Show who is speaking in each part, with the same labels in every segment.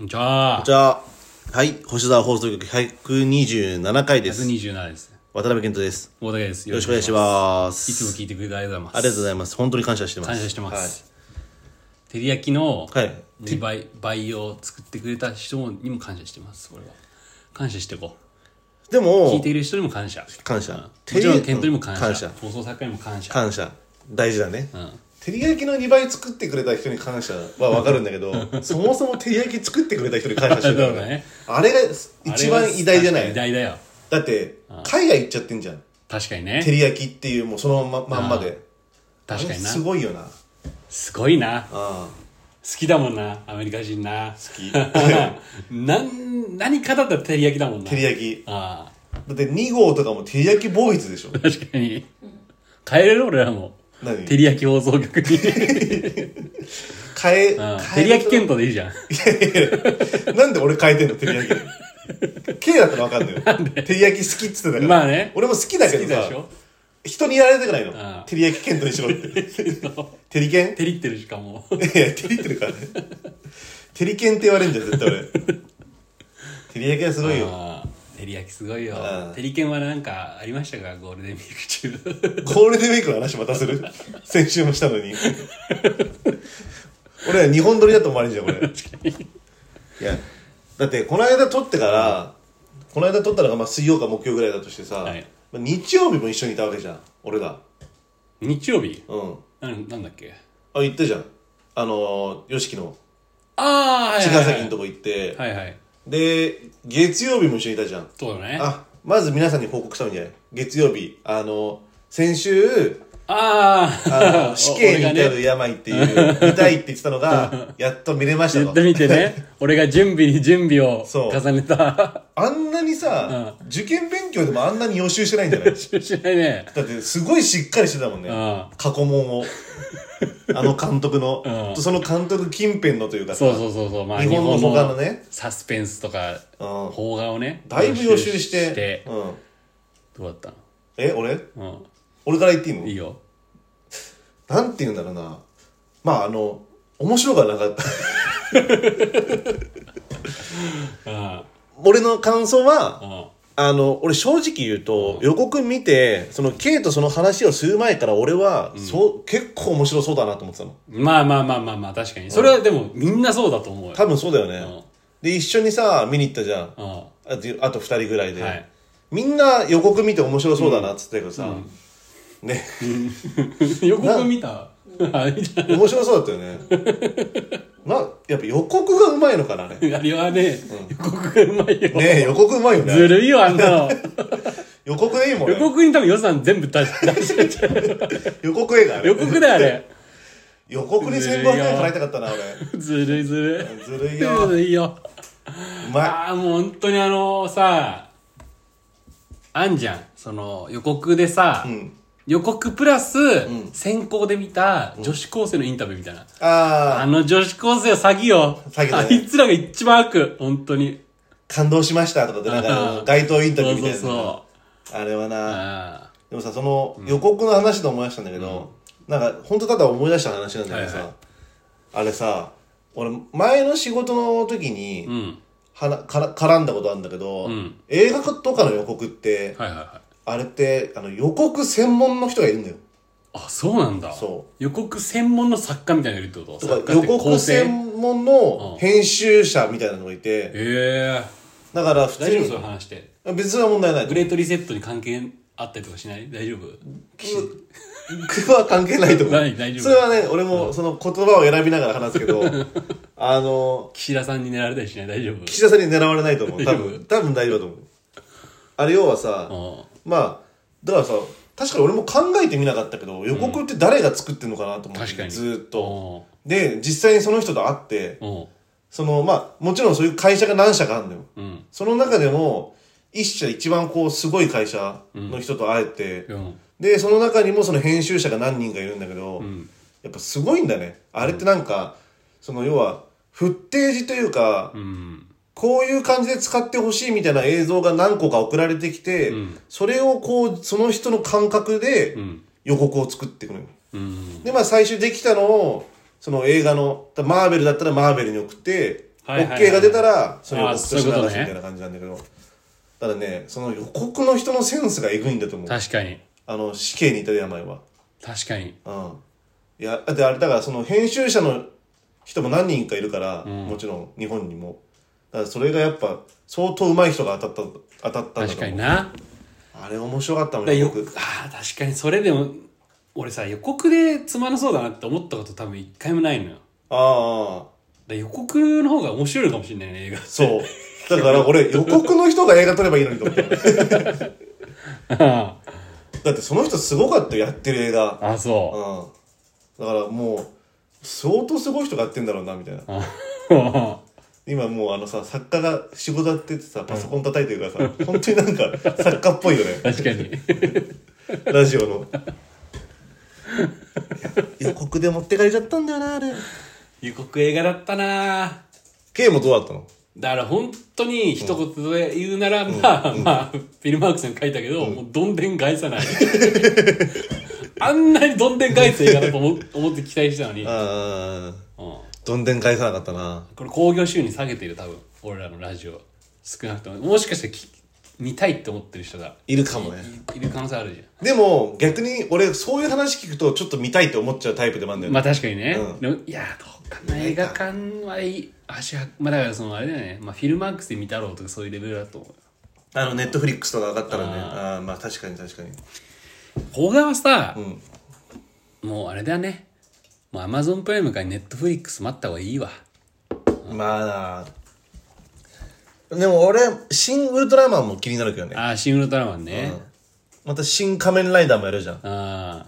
Speaker 1: じゃあ
Speaker 2: じゃあ、はい、星沢放送局127回です。
Speaker 1: 127です
Speaker 2: 渡辺健人です。
Speaker 1: 大竹です
Speaker 2: よろしくお願いし
Speaker 1: す
Speaker 2: ます。
Speaker 1: いつも聞いてくれてありがとうございます
Speaker 2: ありがとうございます。本当に感謝してます。
Speaker 1: 感謝してます、照り焼きの
Speaker 2: はい。はい。
Speaker 1: 2倍倍を作ってくれた人にも感謝してますこれは感謝していこ
Speaker 2: で
Speaker 1: う聞い
Speaker 2: も
Speaker 1: て、いる人にも感謝
Speaker 2: 感謝
Speaker 1: うんもちろん健人にも感謝
Speaker 2: 感謝
Speaker 1: 放送作家にも感謝
Speaker 2: 感謝。大事だね。
Speaker 1: ん
Speaker 2: 照り焼きの2倍作ってくれた人に感謝はわかるんだけど、 そもそも照り焼き作ってくれた人に感謝してるから
Speaker 1: そうだね
Speaker 2: あれが一番偉大じゃな
Speaker 1: あれは確かに偉
Speaker 2: い。
Speaker 1: 大だよ
Speaker 2: だって、海外行っちゃってんじゃん。
Speaker 1: 確かにね
Speaker 2: 照り焼きっていう、もうそのままんまで。
Speaker 1: 確かにな
Speaker 2: あれすごいよな。
Speaker 1: すごいな好
Speaker 2: あ
Speaker 1: きだもんなアメリカ人な
Speaker 2: あ。き
Speaker 1: なん何かだったら照り焼きだもんな
Speaker 2: 照り焼き。
Speaker 1: あ
Speaker 2: だって2号とかも照り焼きボーイズでしょ
Speaker 1: あ。確かに帰れる俺らも
Speaker 2: 何
Speaker 1: 照り焼き放送局に
Speaker 2: 変
Speaker 1: う
Speaker 2: え、
Speaker 1: ん照
Speaker 2: 変
Speaker 1: り
Speaker 2: え
Speaker 1: 焼きケントでいいじゃ ん
Speaker 2: なんで俺変えてんの照り焼き。K だったらわかんないよ。照り焼き好きっつってたから。
Speaker 1: まあね
Speaker 2: 俺も好きだけ
Speaker 1: 好き
Speaker 2: ど
Speaker 1: で
Speaker 2: さ
Speaker 1: し、ょ
Speaker 2: 人にやられたくないの
Speaker 1: ん。
Speaker 2: 照り焼きケントにし ろって。照りケン
Speaker 1: 照りってるしかも
Speaker 2: いや、照りってるからね。照りケンって言われんじゃん、絶対俺。照り焼きはすごいよ。
Speaker 1: あー照り焼きすごいよ
Speaker 2: うん
Speaker 1: 照りケンは何かありましたかゴールデンウィーク中
Speaker 2: ゴールデンウィークの話またする先週もしたのに。俺ら日本撮りだと思われるじゃん、これ。いや、だってこの間撮ってから、この間撮ったのがまあ水曜か木曜ぐらいだとしてさ、
Speaker 1: はい
Speaker 2: まあ日曜日も一緒にいたわけじゃん、俺ら。
Speaker 1: 日曜日
Speaker 2: うん。
Speaker 1: なんなんだっけ
Speaker 2: あ、行ったじゃん。あのー、よしきの、
Speaker 1: ああはい
Speaker 2: 茅
Speaker 1: は
Speaker 2: ヶ
Speaker 1: い
Speaker 2: 崎のとこ行って、
Speaker 1: はいはい
Speaker 2: で、月曜日も一緒にいたじゃん。
Speaker 1: そうだねあ
Speaker 2: あ、まず皆さんに報告したんじゃない月曜日、あのー、先週、あ
Speaker 1: あ
Speaker 2: の死刑に
Speaker 1: が
Speaker 2: 至る
Speaker 1: ね
Speaker 2: 病っていう、見たいって言ってたのが、やっと見れました
Speaker 1: 言っ
Speaker 2: と
Speaker 1: て。 みてね俺が準備に準備を
Speaker 2: そう
Speaker 1: 重ねた
Speaker 2: あんなにさ、受験勉強でもあんなに予習してないんじゃない
Speaker 1: しないね
Speaker 2: だってすごいしっかりしてたもんね
Speaker 1: うん
Speaker 2: 過去問をあの監督の、
Speaker 1: うん
Speaker 2: その監督近辺のというかさ
Speaker 1: そうそうそうそうま
Speaker 2: 日本の他のね
Speaker 1: サスペンスとか
Speaker 2: うん
Speaker 1: 邦画をね
Speaker 2: だいぶ予習して
Speaker 1: して
Speaker 2: うん、
Speaker 1: どうだった
Speaker 2: え俺
Speaker 1: の
Speaker 2: 俺から言っていい
Speaker 1: うん
Speaker 2: の
Speaker 1: いいよ
Speaker 2: なんて言うんだろうなまああの面白がなかった
Speaker 1: うん
Speaker 2: 俺の感想は
Speaker 1: うん
Speaker 2: あの俺正直言うと予告見てその K とその話をする前から俺は、そう結構面白そうだなと思ってたの
Speaker 1: まあまあまあまあまあ確かにそれはでもみんなそうだと思うよ
Speaker 2: 多分そうだよね、
Speaker 1: うん
Speaker 2: で一緒にさ見に行ったじゃ
Speaker 1: うん
Speaker 2: ん、あとあと2人ぐらいで、
Speaker 1: はい
Speaker 2: みんな予告見て面白そうだなっつってたけどさ、ね
Speaker 1: 予告見たあ見た
Speaker 2: 面白そうだ ったよねなやっぱ予告がうまいのかなあれね
Speaker 1: あれはね、予告がうまいよ、
Speaker 2: え予告うまいよ
Speaker 1: ず
Speaker 2: ね
Speaker 1: るいよあん なの
Speaker 2: 予告でいいもん
Speaker 1: 予
Speaker 2: ね
Speaker 1: 告に多分予算全部出し出しちゃう
Speaker 2: 予告映画あれ
Speaker 1: 予告だよあれ
Speaker 2: 予告に1500円払いたかったな俺
Speaker 1: ずるいずるい
Speaker 2: ずるいよ
Speaker 1: ず
Speaker 2: う
Speaker 1: るいよあ
Speaker 2: ま
Speaker 1: あもう本当にあのさあんじゃんその予告でさ、
Speaker 2: いうん
Speaker 1: 予告プラス、先行で見た女子高生のインタビューみたいな、あ
Speaker 2: ああ
Speaker 1: の女子高生は詐欺よ
Speaker 2: 詐欺だね
Speaker 1: あいつらが一番悪本当に
Speaker 2: 感動しましたとかでなんかあの街頭インタビューみたいな
Speaker 1: そうそうそ
Speaker 2: あれは
Speaker 1: う
Speaker 2: な
Speaker 1: あ
Speaker 2: でもさその予告の話で思い出したんだけど、なんか本当ただ思い出した話なんだけどさ、
Speaker 1: はいはい
Speaker 2: あれさ俺前の仕事の時に、
Speaker 1: ーうん
Speaker 2: はなから絡んだことあるんだけど、
Speaker 1: うん
Speaker 2: 映画とかの予告って、
Speaker 1: はいはいはい
Speaker 2: あれってあの予告専門の人がいるんだよ
Speaker 1: あそうなんだ
Speaker 2: そ
Speaker 1: 予告専門の作家みたいなのがいるってこと
Speaker 2: と
Speaker 1: 作
Speaker 2: か
Speaker 1: 家っ
Speaker 2: 予
Speaker 1: て構
Speaker 2: 告
Speaker 1: 成
Speaker 2: 専門の編集者みたいなのがいて、
Speaker 1: ええ
Speaker 2: だから普
Speaker 1: 大丈
Speaker 2: 通
Speaker 1: 夫そうい
Speaker 2: に
Speaker 1: う話って
Speaker 2: 別にそれは問題ない
Speaker 1: グレートリセットに関係あったりとかしない大丈夫
Speaker 2: 僕は関係ないと思う
Speaker 1: ない大丈夫
Speaker 2: それはね俺もその言葉を選びながら話す けどあの
Speaker 1: 岸田さんに狙われたりしない大丈夫
Speaker 2: 岸田さんに狙われないと思う多
Speaker 1: いや
Speaker 2: 分多分大丈夫だと思うあれ要はさ、
Speaker 1: うん
Speaker 2: まあだからさ確かに俺も考えてみなかったけど予告って誰が作ってんのかなと思って、
Speaker 1: 確かに
Speaker 2: ずーっと
Speaker 1: と
Speaker 2: で実際にその人と会って
Speaker 1: うん
Speaker 2: そのまあもちろんそういう会社が何社かあるんだよ
Speaker 1: うん
Speaker 2: その中でも一社一番こうすごい会社の人と会えて、
Speaker 1: うん
Speaker 2: でその中にもその編集者が何人かいるんだけど、
Speaker 1: ん
Speaker 2: やっぱすごいんだねあれってなんか、その要はフッテージというか、
Speaker 1: うん
Speaker 2: こういう感じで使ってほしいみたいな映像が何個か送られてきて、
Speaker 1: うん
Speaker 2: それをこう、その人の感覚で
Speaker 1: うん
Speaker 2: 予告を作っていくのよ。
Speaker 1: うん
Speaker 2: で、まあ最終できたのを、その映画の、マーベルだったらマーベルに送って、
Speaker 1: はいはいはい
Speaker 2: OK が出たらそれを
Speaker 1: あー
Speaker 2: 北
Speaker 1: そういう
Speaker 2: 斗
Speaker 1: こ
Speaker 2: の
Speaker 1: とね
Speaker 2: 話みたいな感じなんだけどただねその予告の人のセンスがえぐいんだと思う
Speaker 1: 確かに
Speaker 2: あの死刑に至る病は
Speaker 1: 確かに
Speaker 2: うんいやであれだからその編集者の人も何人かいるから、もちろん日本にもだからそれがやっぱ相当上手い人が当たった当たったんだ
Speaker 1: 確
Speaker 2: と
Speaker 1: かに
Speaker 2: 思う
Speaker 1: な
Speaker 2: あれ面白かったもん
Speaker 1: だ
Speaker 2: ね
Speaker 1: よ
Speaker 2: 僕
Speaker 1: あー確かにそれでも俺さ予告でつまらそうだなって思ったこと多分一回もないのよ
Speaker 2: ああ
Speaker 1: だ予告の方が面白いのかもしれないね映画
Speaker 2: そうだから俺予告の人が映画撮ればいいのにと思っただってその人すごかったよやってる映画
Speaker 1: あそう
Speaker 2: うんだからもう相当すごい人がやってんだろうなみたいな今もうあのさ作家が仕事やっててさパソコン叩いてるからさ、本当になんか作家っぽいよね
Speaker 1: 確かに
Speaker 2: ラジオのいや予告で持ってかれちゃったんだよなあれ
Speaker 1: 予告映画だったな
Speaker 2: K もどうだったの
Speaker 1: だから本当に一言で言うなら、まあ、まあ、フィルマークさん書いたけど、もうどんでん返さ ない。あんなにどんでん返す映画だと思思って期待してたのに、うん、
Speaker 2: ああ
Speaker 1: こ
Speaker 2: どんでん返さなかったな
Speaker 1: れ興行収入下げてる多分、俺らのラジオ。少なくとも。もしかしてき見たいって思ってる人が
Speaker 2: いるかもね
Speaker 1: いいる可能性あるじゃん。
Speaker 2: でも逆に俺そういう話聞くとちょっと見たいって思っちゃうタイプでもあるんだよね、
Speaker 1: まあ確かにね、
Speaker 2: うん
Speaker 1: でもいやーどうかな映画館はいい足はまあだからそのあれだよね、まあ、フィルマークスで見たろうとかそういうレベルだと思う
Speaker 2: あのネットフリックスとか上がったらねああーまあ確かに確かに
Speaker 1: 邦画はさ、
Speaker 2: ん
Speaker 1: もうあれだねもうアマゾンプライムかネットフリックス待った方がいいわ
Speaker 2: まあでも俺新ウルトラマンも気になるけどね
Speaker 1: ああシン・ウルトラマンね、
Speaker 2: また新仮面ライダーもやるじゃん
Speaker 1: ああ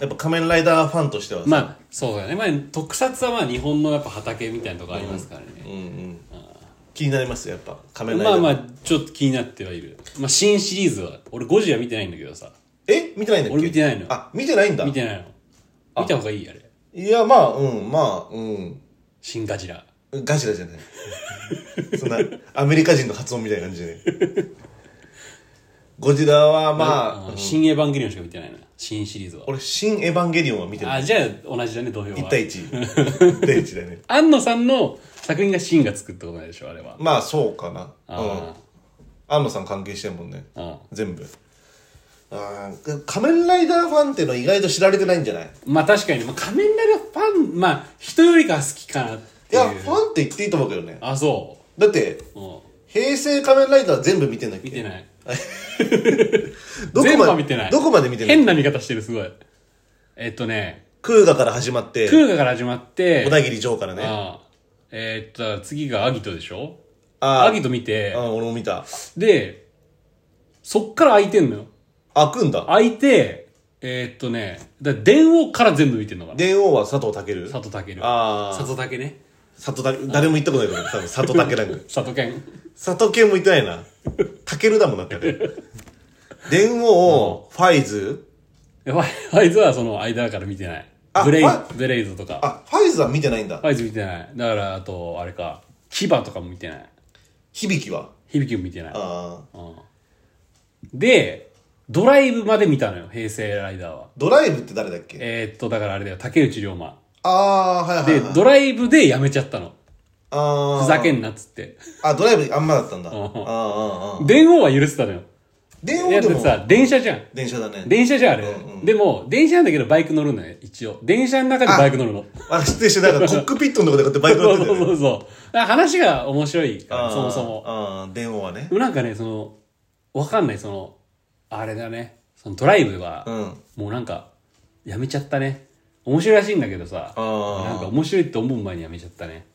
Speaker 2: やっぱ仮面ライダーファンとしてはさ、
Speaker 1: まあそうだね、まあ、特撮はまあ日本のやっぱ畑みたいなとこありますからね、
Speaker 2: うんうん気になりますよやっぱ仮面ライ
Speaker 1: まあ
Speaker 2: ダー、
Speaker 1: まあちょっと気になってはいる、まあ、新シリーズは俺ゴジラ見てないんだけどさ
Speaker 2: え見てないんだっけ
Speaker 1: 俺見てないの
Speaker 2: あ見てないんだ
Speaker 1: 見てないの見た方がいいあれ
Speaker 2: いやまあうんまあうん
Speaker 1: 新ガジラ
Speaker 2: ガジラじゃない そんなアメリカ人の発音みたいな感じでゴジラはまあ、
Speaker 1: あ新エヴァンゲリオンしか見てないな新シリーズは
Speaker 2: 俺新エヴァンゲリオンは見てない
Speaker 1: あじゃあ同じだね土俵は
Speaker 2: 1対1 1対1だよね
Speaker 1: 庵野さんの作品が新が作ったことないでしょあれは
Speaker 2: まあそうかなうん
Speaker 1: あ
Speaker 2: 安野さん関係してんもんね
Speaker 1: あ、うん
Speaker 2: 全部あー仮面ライダーファンっていうのは意外と知られてないんじゃない
Speaker 1: まあ確かに、まあ、仮面ライダーファンまあ人よりかは好きかなって
Speaker 2: い
Speaker 1: いう
Speaker 2: やファンって言っていいと思うけどね
Speaker 1: あそ
Speaker 2: だって
Speaker 1: う、うん、
Speaker 2: 平成仮面ライダー全部見てんだっけ
Speaker 1: 見てない
Speaker 2: どこまで
Speaker 1: 全部は見てない
Speaker 2: どこまで見てない
Speaker 1: 変な見方してるすごいえっとね
Speaker 2: 空ガから始まって
Speaker 1: 空ガから始まって
Speaker 2: 小田切城からねあ
Speaker 1: ああえっと次がアギトでしょ
Speaker 2: あ
Speaker 1: ア
Speaker 2: ー
Speaker 1: ギト見て
Speaker 2: うん俺も見た
Speaker 1: でそっから空いてんのよ
Speaker 2: あくんだ
Speaker 1: 空いてえっとねだから電王から全部見てんのかな
Speaker 2: 電王は佐藤健
Speaker 1: 佐藤健
Speaker 2: ああ
Speaker 1: 佐藤健ね
Speaker 2: 佐藤健誰も行ったことないから多分佐藤健 なんか
Speaker 1: 佐藤健
Speaker 2: 佐藤健も行ってないな健だもんなって電王ファイズ
Speaker 1: やばいファイズはその間から見てない
Speaker 2: あ
Speaker 1: ブレイ
Speaker 2: ファ
Speaker 1: ブレイズとか
Speaker 2: あファイズは見てないんだ
Speaker 1: ファイズ見てないだからあとあれか牙とかも見てない
Speaker 2: 響きは
Speaker 1: 響きも見てない
Speaker 2: ああ
Speaker 1: でドライブまで見たのよ平成ライダーは
Speaker 2: ドライブって誰だっけ
Speaker 1: えー、っとだからあれだよ竹内涼真
Speaker 2: ああーはいは
Speaker 1: で
Speaker 2: いはい
Speaker 1: ドライブでやめちゃったの
Speaker 2: あー
Speaker 1: ふざけんなっつって
Speaker 2: あドライブあんまだったんだあ
Speaker 1: ん
Speaker 2: あああ
Speaker 1: 電王は許してたのよ
Speaker 2: 電
Speaker 1: いやだ
Speaker 2: 王で
Speaker 1: って
Speaker 2: も
Speaker 1: さ電車じゃん
Speaker 2: 電車だね
Speaker 1: 電車じゃんあれ、でも電車なんだけどバイク乗るのよ一応電車の中でバイク乗るの
Speaker 2: あ、失礼して、 なんかコックピットのとこでこうやってバイク乗
Speaker 1: そう
Speaker 2: ってた
Speaker 1: そうそ
Speaker 2: よね。
Speaker 1: うそうだから話が面白いから
Speaker 2: あー
Speaker 1: そもそも。
Speaker 2: あー電話はね
Speaker 1: で。もなんかねそのわかんないそのあれだねそのドライブは、
Speaker 2: うん。
Speaker 1: もうなんかやめちゃったね面白いらしいんだけどさ
Speaker 2: あー
Speaker 1: なんか面白いって思う前にやめちゃったね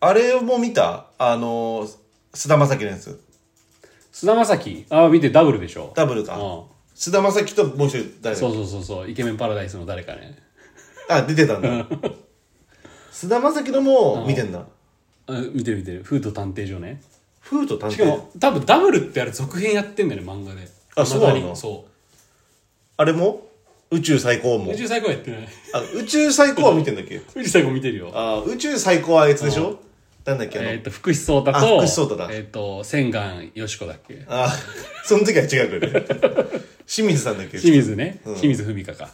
Speaker 2: あれも見たあのー、菅田将暉のやつ。
Speaker 1: 菅田将暉ああ見てダブルでしょ
Speaker 2: ダブル
Speaker 1: うん
Speaker 2: か。菅田将暉ともう一人誰だ
Speaker 1: そうそうそうそうイケメンパラダイスの誰かね
Speaker 2: あ、出てたんだ。菅田将暉のも見てんだ。
Speaker 1: あ見てる見てる「フード探偵所ね」
Speaker 2: フーと探
Speaker 1: しか
Speaker 2: 偵。
Speaker 1: も多分ダブルってあれ続編やってんだよね漫画で
Speaker 2: あそうなの
Speaker 1: 未だにそ
Speaker 2: あれも宇宙最高
Speaker 1: う
Speaker 2: も
Speaker 1: 宇。宙最高はやってない
Speaker 2: あ、宇宙最高は見てんだっけ
Speaker 1: 宇宙最高見てるよ
Speaker 2: あー、宇宙最高はあいつでしょなんだっけあ
Speaker 1: えっ
Speaker 2: の。
Speaker 1: と福士蒼太
Speaker 2: あ
Speaker 1: と
Speaker 2: 福士蒼太だ
Speaker 1: えっと千願よしこだっけ
Speaker 2: あー、 その時は違うけどね。清水さんだっけ
Speaker 1: 清水ね清水文香か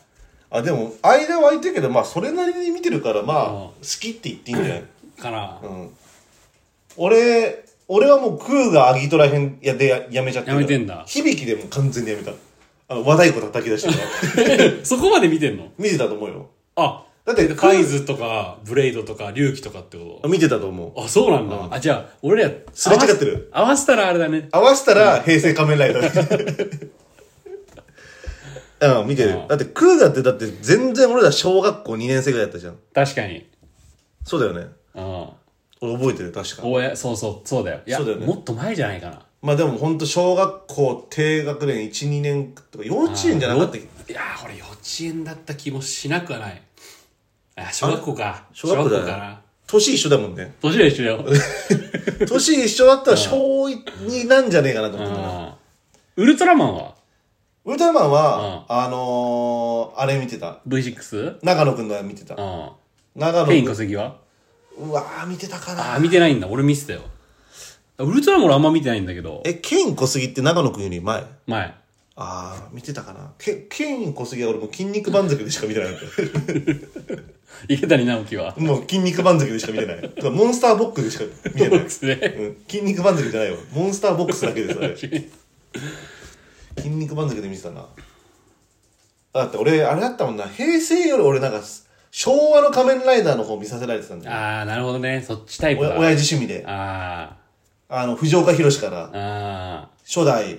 Speaker 2: あでも間は空いてるけどまあそれなりに見てるからまあ
Speaker 1: うん
Speaker 2: 好きって言っていいんじゃない
Speaker 1: かな
Speaker 2: う。ん。俺、俺はもう空がアギトラ編やでややめちゃってる
Speaker 1: やめてんだ
Speaker 2: 響きでもう完全にやめた。あの、和太鼓叩き出してる から
Speaker 1: そこまで見てんの
Speaker 2: 見てたと思うよ。
Speaker 1: あ、
Speaker 2: だって
Speaker 1: カイズとか、ブレイドとか、龍騎とかってこ
Speaker 2: 見てたと思う。
Speaker 1: とあ、そうなんだ。あ、じゃあ、俺ら、
Speaker 2: すれ違ってる
Speaker 1: 合わせ合わせたらあれだね。
Speaker 2: 合わせたら平成仮面ライダー。 うん、見てる
Speaker 1: う。ん
Speaker 2: だって空がってだって全然俺ら小学校2年生ぐらいだったじゃん。
Speaker 1: 確かに。
Speaker 2: そうだよね。
Speaker 1: うん。
Speaker 2: 俺覚えてる、確か。
Speaker 1: おや、そうそう、そうだよ。いや、
Speaker 2: そうだよね
Speaker 1: もっと前じゃないかな。
Speaker 2: まあでもほんと小学校低学年1、2年とか幼稚園じゃなかったっけ
Speaker 1: いやー、俺幼稚園だった気もしなくはない。あ、小学校か。
Speaker 2: 小学校だよ
Speaker 1: かな。
Speaker 2: 年一緒だもん ね。
Speaker 1: 年は一緒だよ。
Speaker 2: 年一緒だったら小2なんじゃねえかなと思ってたな。
Speaker 1: うん。ウルトラマンは
Speaker 2: ウルトラマンは、あのー、あれ見てた。
Speaker 1: ?V6?
Speaker 2: 長野くんのは見てた
Speaker 1: う。ん。
Speaker 2: 長野
Speaker 1: ペイン
Speaker 2: く
Speaker 1: 小
Speaker 2: ん。
Speaker 1: 杉は
Speaker 2: うわー見てたか
Speaker 1: あ
Speaker 2: な
Speaker 1: ー、見てないんだ。俺見てたよ。ウルトラマン俺あんま見てないんだけど、
Speaker 2: え、ケイン小杉って長野くんより前
Speaker 1: 前。
Speaker 2: ああ、見てたかな。ケケイン小杉は俺もう筋肉番付でしか見てない。
Speaker 1: 池谷直樹は。
Speaker 2: もう筋肉番付でしか見てない。だからモンスターボックスでしか見てない。
Speaker 1: そうですね。
Speaker 2: うん、 筋肉番付じゃないよ。モンスターボックスだ けです、あれ。筋肉番付で見てたな。だって俺、あれだったもんな。平成より俺なんか、昭和の仮面ライダーの方見させられてたんだよ。
Speaker 1: ああ、なるほどね。そっちタイ
Speaker 2: お
Speaker 1: プだ。
Speaker 2: や親父趣味で。
Speaker 1: あ
Speaker 2: あの、藤岡弘から
Speaker 1: あ、、あ
Speaker 2: 初代、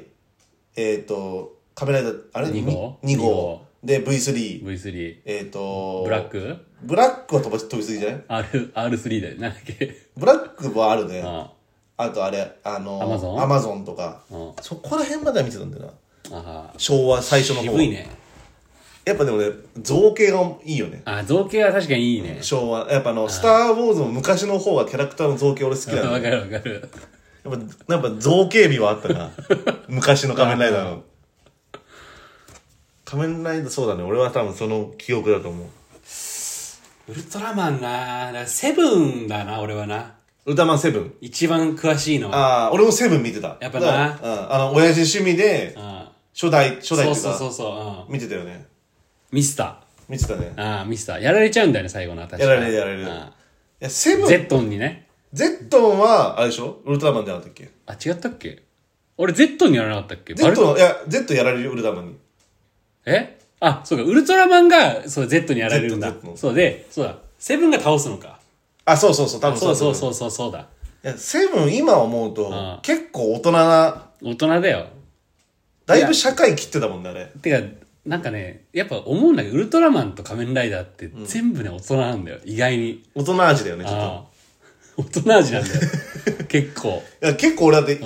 Speaker 2: えっ、と、仮面ライダー、あれ
Speaker 1: 二号
Speaker 2: 二
Speaker 1: 二
Speaker 2: 号
Speaker 1: 号。
Speaker 2: で、
Speaker 1: あ、
Speaker 2: V3。
Speaker 1: V3。
Speaker 2: えっ、と、
Speaker 1: ブラッ。ク
Speaker 2: ブラックは飛ばし飛びすぎじゃない
Speaker 1: ?R、R3 だよ。なんだっけ
Speaker 2: ブラックはあるね。
Speaker 1: うん。
Speaker 2: あ
Speaker 1: あ
Speaker 2: とあれ、あの、
Speaker 1: Amazon？
Speaker 2: Amazon とか、
Speaker 1: うん
Speaker 2: そこら辺までは見てたんだよな。
Speaker 1: あー。
Speaker 2: 昭和最初の方。
Speaker 1: 渋いね。
Speaker 2: やっぱでもね、造形がいいよね。
Speaker 1: あー造形は確かにいいね。
Speaker 2: 昭和。やっぱあの、スター・ウォーズも昔の方がキャラクターの造形俺好きなの。
Speaker 1: わ
Speaker 2: や
Speaker 1: かるわかる。
Speaker 2: っぱ、やっぱ造形美はあっ たな。昔の仮面ライダーの。仮面ライダー、そうだね。俺は多分その記憶だと思う。
Speaker 1: ウルトラマンなだからセブンだな、俺はな。
Speaker 2: ウルトラマンセブン。
Speaker 1: 一番詳しいのは。
Speaker 2: ああ、俺もセブン見てた。
Speaker 1: やっぱな
Speaker 2: だからうん。あの、親父趣味で、
Speaker 1: あ
Speaker 2: 初代、初代
Speaker 1: そう
Speaker 2: っていう
Speaker 1: そうそう
Speaker 2: か、
Speaker 1: そう。うん
Speaker 2: 見てたよね。
Speaker 1: ミスタ
Speaker 2: 見てたね
Speaker 1: ー。。ああ、ミスター。やられちゃうんだよね、最後の確か
Speaker 2: やられるやられる。い
Speaker 1: あ
Speaker 2: や、セブ
Speaker 1: ー
Speaker 2: ン、
Speaker 1: ゼットンにね。
Speaker 2: ゼットンは、あれでしょウルトラマンじゃなかったっけ
Speaker 1: あ、違ったっけ俺、ゼットンにやらなかったっけ
Speaker 2: ゼッ
Speaker 1: バル
Speaker 2: トン、いや、ゼットンやられるよウルトラマンに。
Speaker 1: えあ、そうか、ウルトラマンが、そう、ゼットンにやられるんだ
Speaker 2: Z の。
Speaker 1: そうで、そうだ、セブンが倒すのか。
Speaker 2: あ、そうそうそう、多分
Speaker 1: そうそう
Speaker 2: う
Speaker 1: そうそう、そうだ。
Speaker 2: だと思う。いや、セブン今思う
Speaker 1: うん
Speaker 2: と、結構大人な、
Speaker 1: 大人だよ。
Speaker 2: だいぶ社会切ってたもんね、あれ。
Speaker 1: てか、なんかね、やっぱ思うんだけど、ウルトラマンと仮面ライダーって全部ね、大人なんだよ。意外に。
Speaker 2: 大人味だよね、ちょっと。
Speaker 1: ああ。大人味なんだ よ。結構。
Speaker 2: いや、結構俺だって、い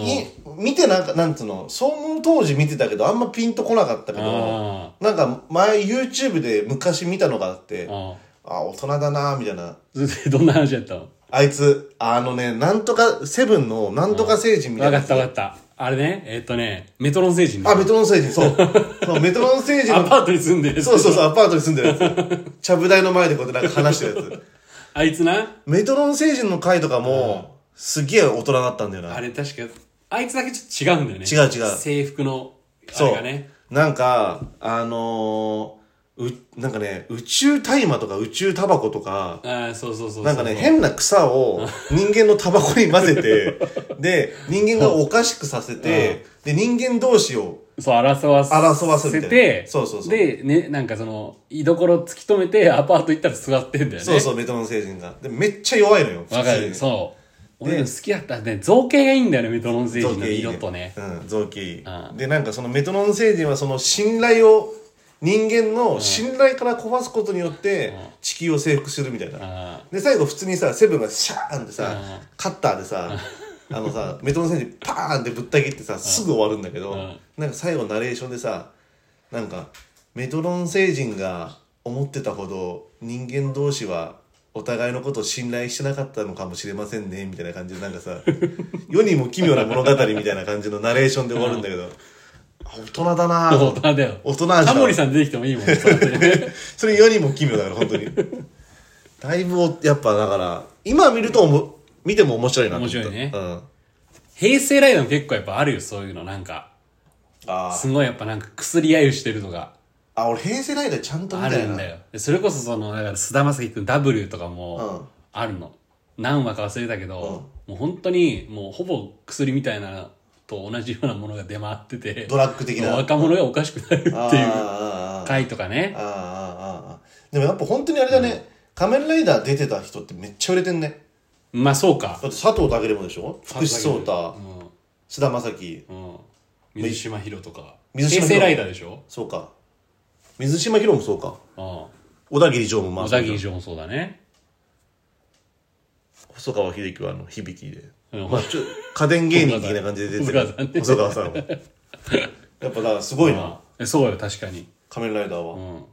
Speaker 2: 見てなんか、なんつうの、その当時見てたけど、あんまピンとこなかったけど、
Speaker 1: あ
Speaker 2: なんか前 YouTube で昔見たのがあって
Speaker 1: あ。、ああ。
Speaker 2: あ、大人だなみたいな。
Speaker 1: それでどんな話だったの
Speaker 2: あいつ、あのね、なんとか、セブンのなんとか星人みた
Speaker 1: わ
Speaker 2: いな
Speaker 1: か
Speaker 2: や
Speaker 1: っ
Speaker 2: つ。
Speaker 1: たわかった。あれね、えっ、とね、メトロン星人ね
Speaker 2: あ、メトロン星 人、そう。そうメトロン星人
Speaker 1: ア
Speaker 2: の、
Speaker 1: パートに住んでる。
Speaker 2: そうそうそう、アパートに住んでるやつ。ちゃぶ台の前でこうやってなんか話してるやつ。
Speaker 1: あいつな、
Speaker 2: メトロン星人の回とかも、すげえ大人だったんだよな。
Speaker 1: あれ確か、あいつだけちょっと違うんだよね。
Speaker 2: 違う違う
Speaker 1: 制服の、あ
Speaker 2: そ
Speaker 1: れ
Speaker 2: う
Speaker 1: がね。。
Speaker 2: なんか、あのーう、なんかね、宇宙大麻とか宇宙タバコとか、
Speaker 1: ああ、そうそうそうそう。
Speaker 2: なんかね、変な草を人間のタバコに混ぜ て、で、人間がおかしくさせて、で、人間同士を、
Speaker 1: そう、争わせ
Speaker 2: 争わせみたいな
Speaker 1: て、
Speaker 2: そうそうそう
Speaker 1: で、ね、なんかその、居所突き止めて、アパート行ったら座ってんだよね。
Speaker 2: そうそう、メトロン星人が。で、めっちゃ弱いのよ。
Speaker 1: わかる、
Speaker 2: 普通に
Speaker 1: そう。俺の好きだったね、造形がいいんだよね、メトロン星人の
Speaker 2: いい
Speaker 1: 色とね。
Speaker 2: うん、造形いい
Speaker 1: うん
Speaker 2: で、なんかそのメトロン星人はその信頼を、人間の信頼から壊すことによって、地球を征服するみたいな。
Speaker 1: あ
Speaker 2: で最後普通にさセブンがシャーンってさ
Speaker 1: うん
Speaker 2: カッターでさあのさメトロン選手パーンってぶった切ってさすぐ終わるんだけど
Speaker 1: ん
Speaker 2: なんか最後ナレーションでさなんかメトロン星人が思ってたほど人間同士はお互いのことを信頼してなかったのかもしれませんねみたいな感じでなん かさ世にも奇妙な物語みたいな感じのナレーションで終わるんだけどあ大人だな
Speaker 1: あ。
Speaker 2: ぁ
Speaker 1: 大人だよ。
Speaker 2: 大人味だ
Speaker 1: タ
Speaker 2: わ
Speaker 1: モリさん出てきてもいい もん、そうやってね
Speaker 2: それ世にも奇妙だから本当にだいぶおやっぱだから今見るとおも見ても面白いなと思った
Speaker 1: 面白いね
Speaker 2: うん、あ
Speaker 1: 平成ライダーも結構やっぱあるよ、そういうの、なんか。
Speaker 2: あ
Speaker 1: すごいやっぱなんか薬り合いをしてるのが
Speaker 2: あ俺平成ライダーちゃんと見
Speaker 1: あ
Speaker 2: た
Speaker 1: る
Speaker 2: よ
Speaker 1: ん
Speaker 2: な
Speaker 1: だよ。でそれこそその、だから菅田将暉君 W とかもあるの。何話か忘れたけど、もう本当にもうほぼ薬みたいなと同じようなものが出回ってて
Speaker 2: ドラッグ的な
Speaker 1: 若者がおかしくなるっていう
Speaker 2: あーあーあー
Speaker 1: 回とかね
Speaker 2: あーあーあーあーでもやっぱ本当にあれだね、仮面ライダー出てた人ってめっちゃ売れてんね
Speaker 1: まあそうか
Speaker 2: だって佐藤健もでしょ福士蒼汰菅田将暉
Speaker 1: うん、うん、水島ひろとか平
Speaker 2: 水島ひろ
Speaker 1: 成ライダーでしょ
Speaker 2: そうか水島ひろもそうか
Speaker 1: うん
Speaker 2: 小田切城もまあ
Speaker 1: 小田切城もそうだね
Speaker 2: 細川秀樹はあの響きで、
Speaker 1: うん
Speaker 2: まあ、ちょ家電芸人的な感じで出てる
Speaker 1: 細川さんね
Speaker 2: 細川さんはやっぱだからすごいな
Speaker 1: あえそうよ確かに
Speaker 2: 仮面ライダーは、
Speaker 1: う
Speaker 2: うん
Speaker 1: ん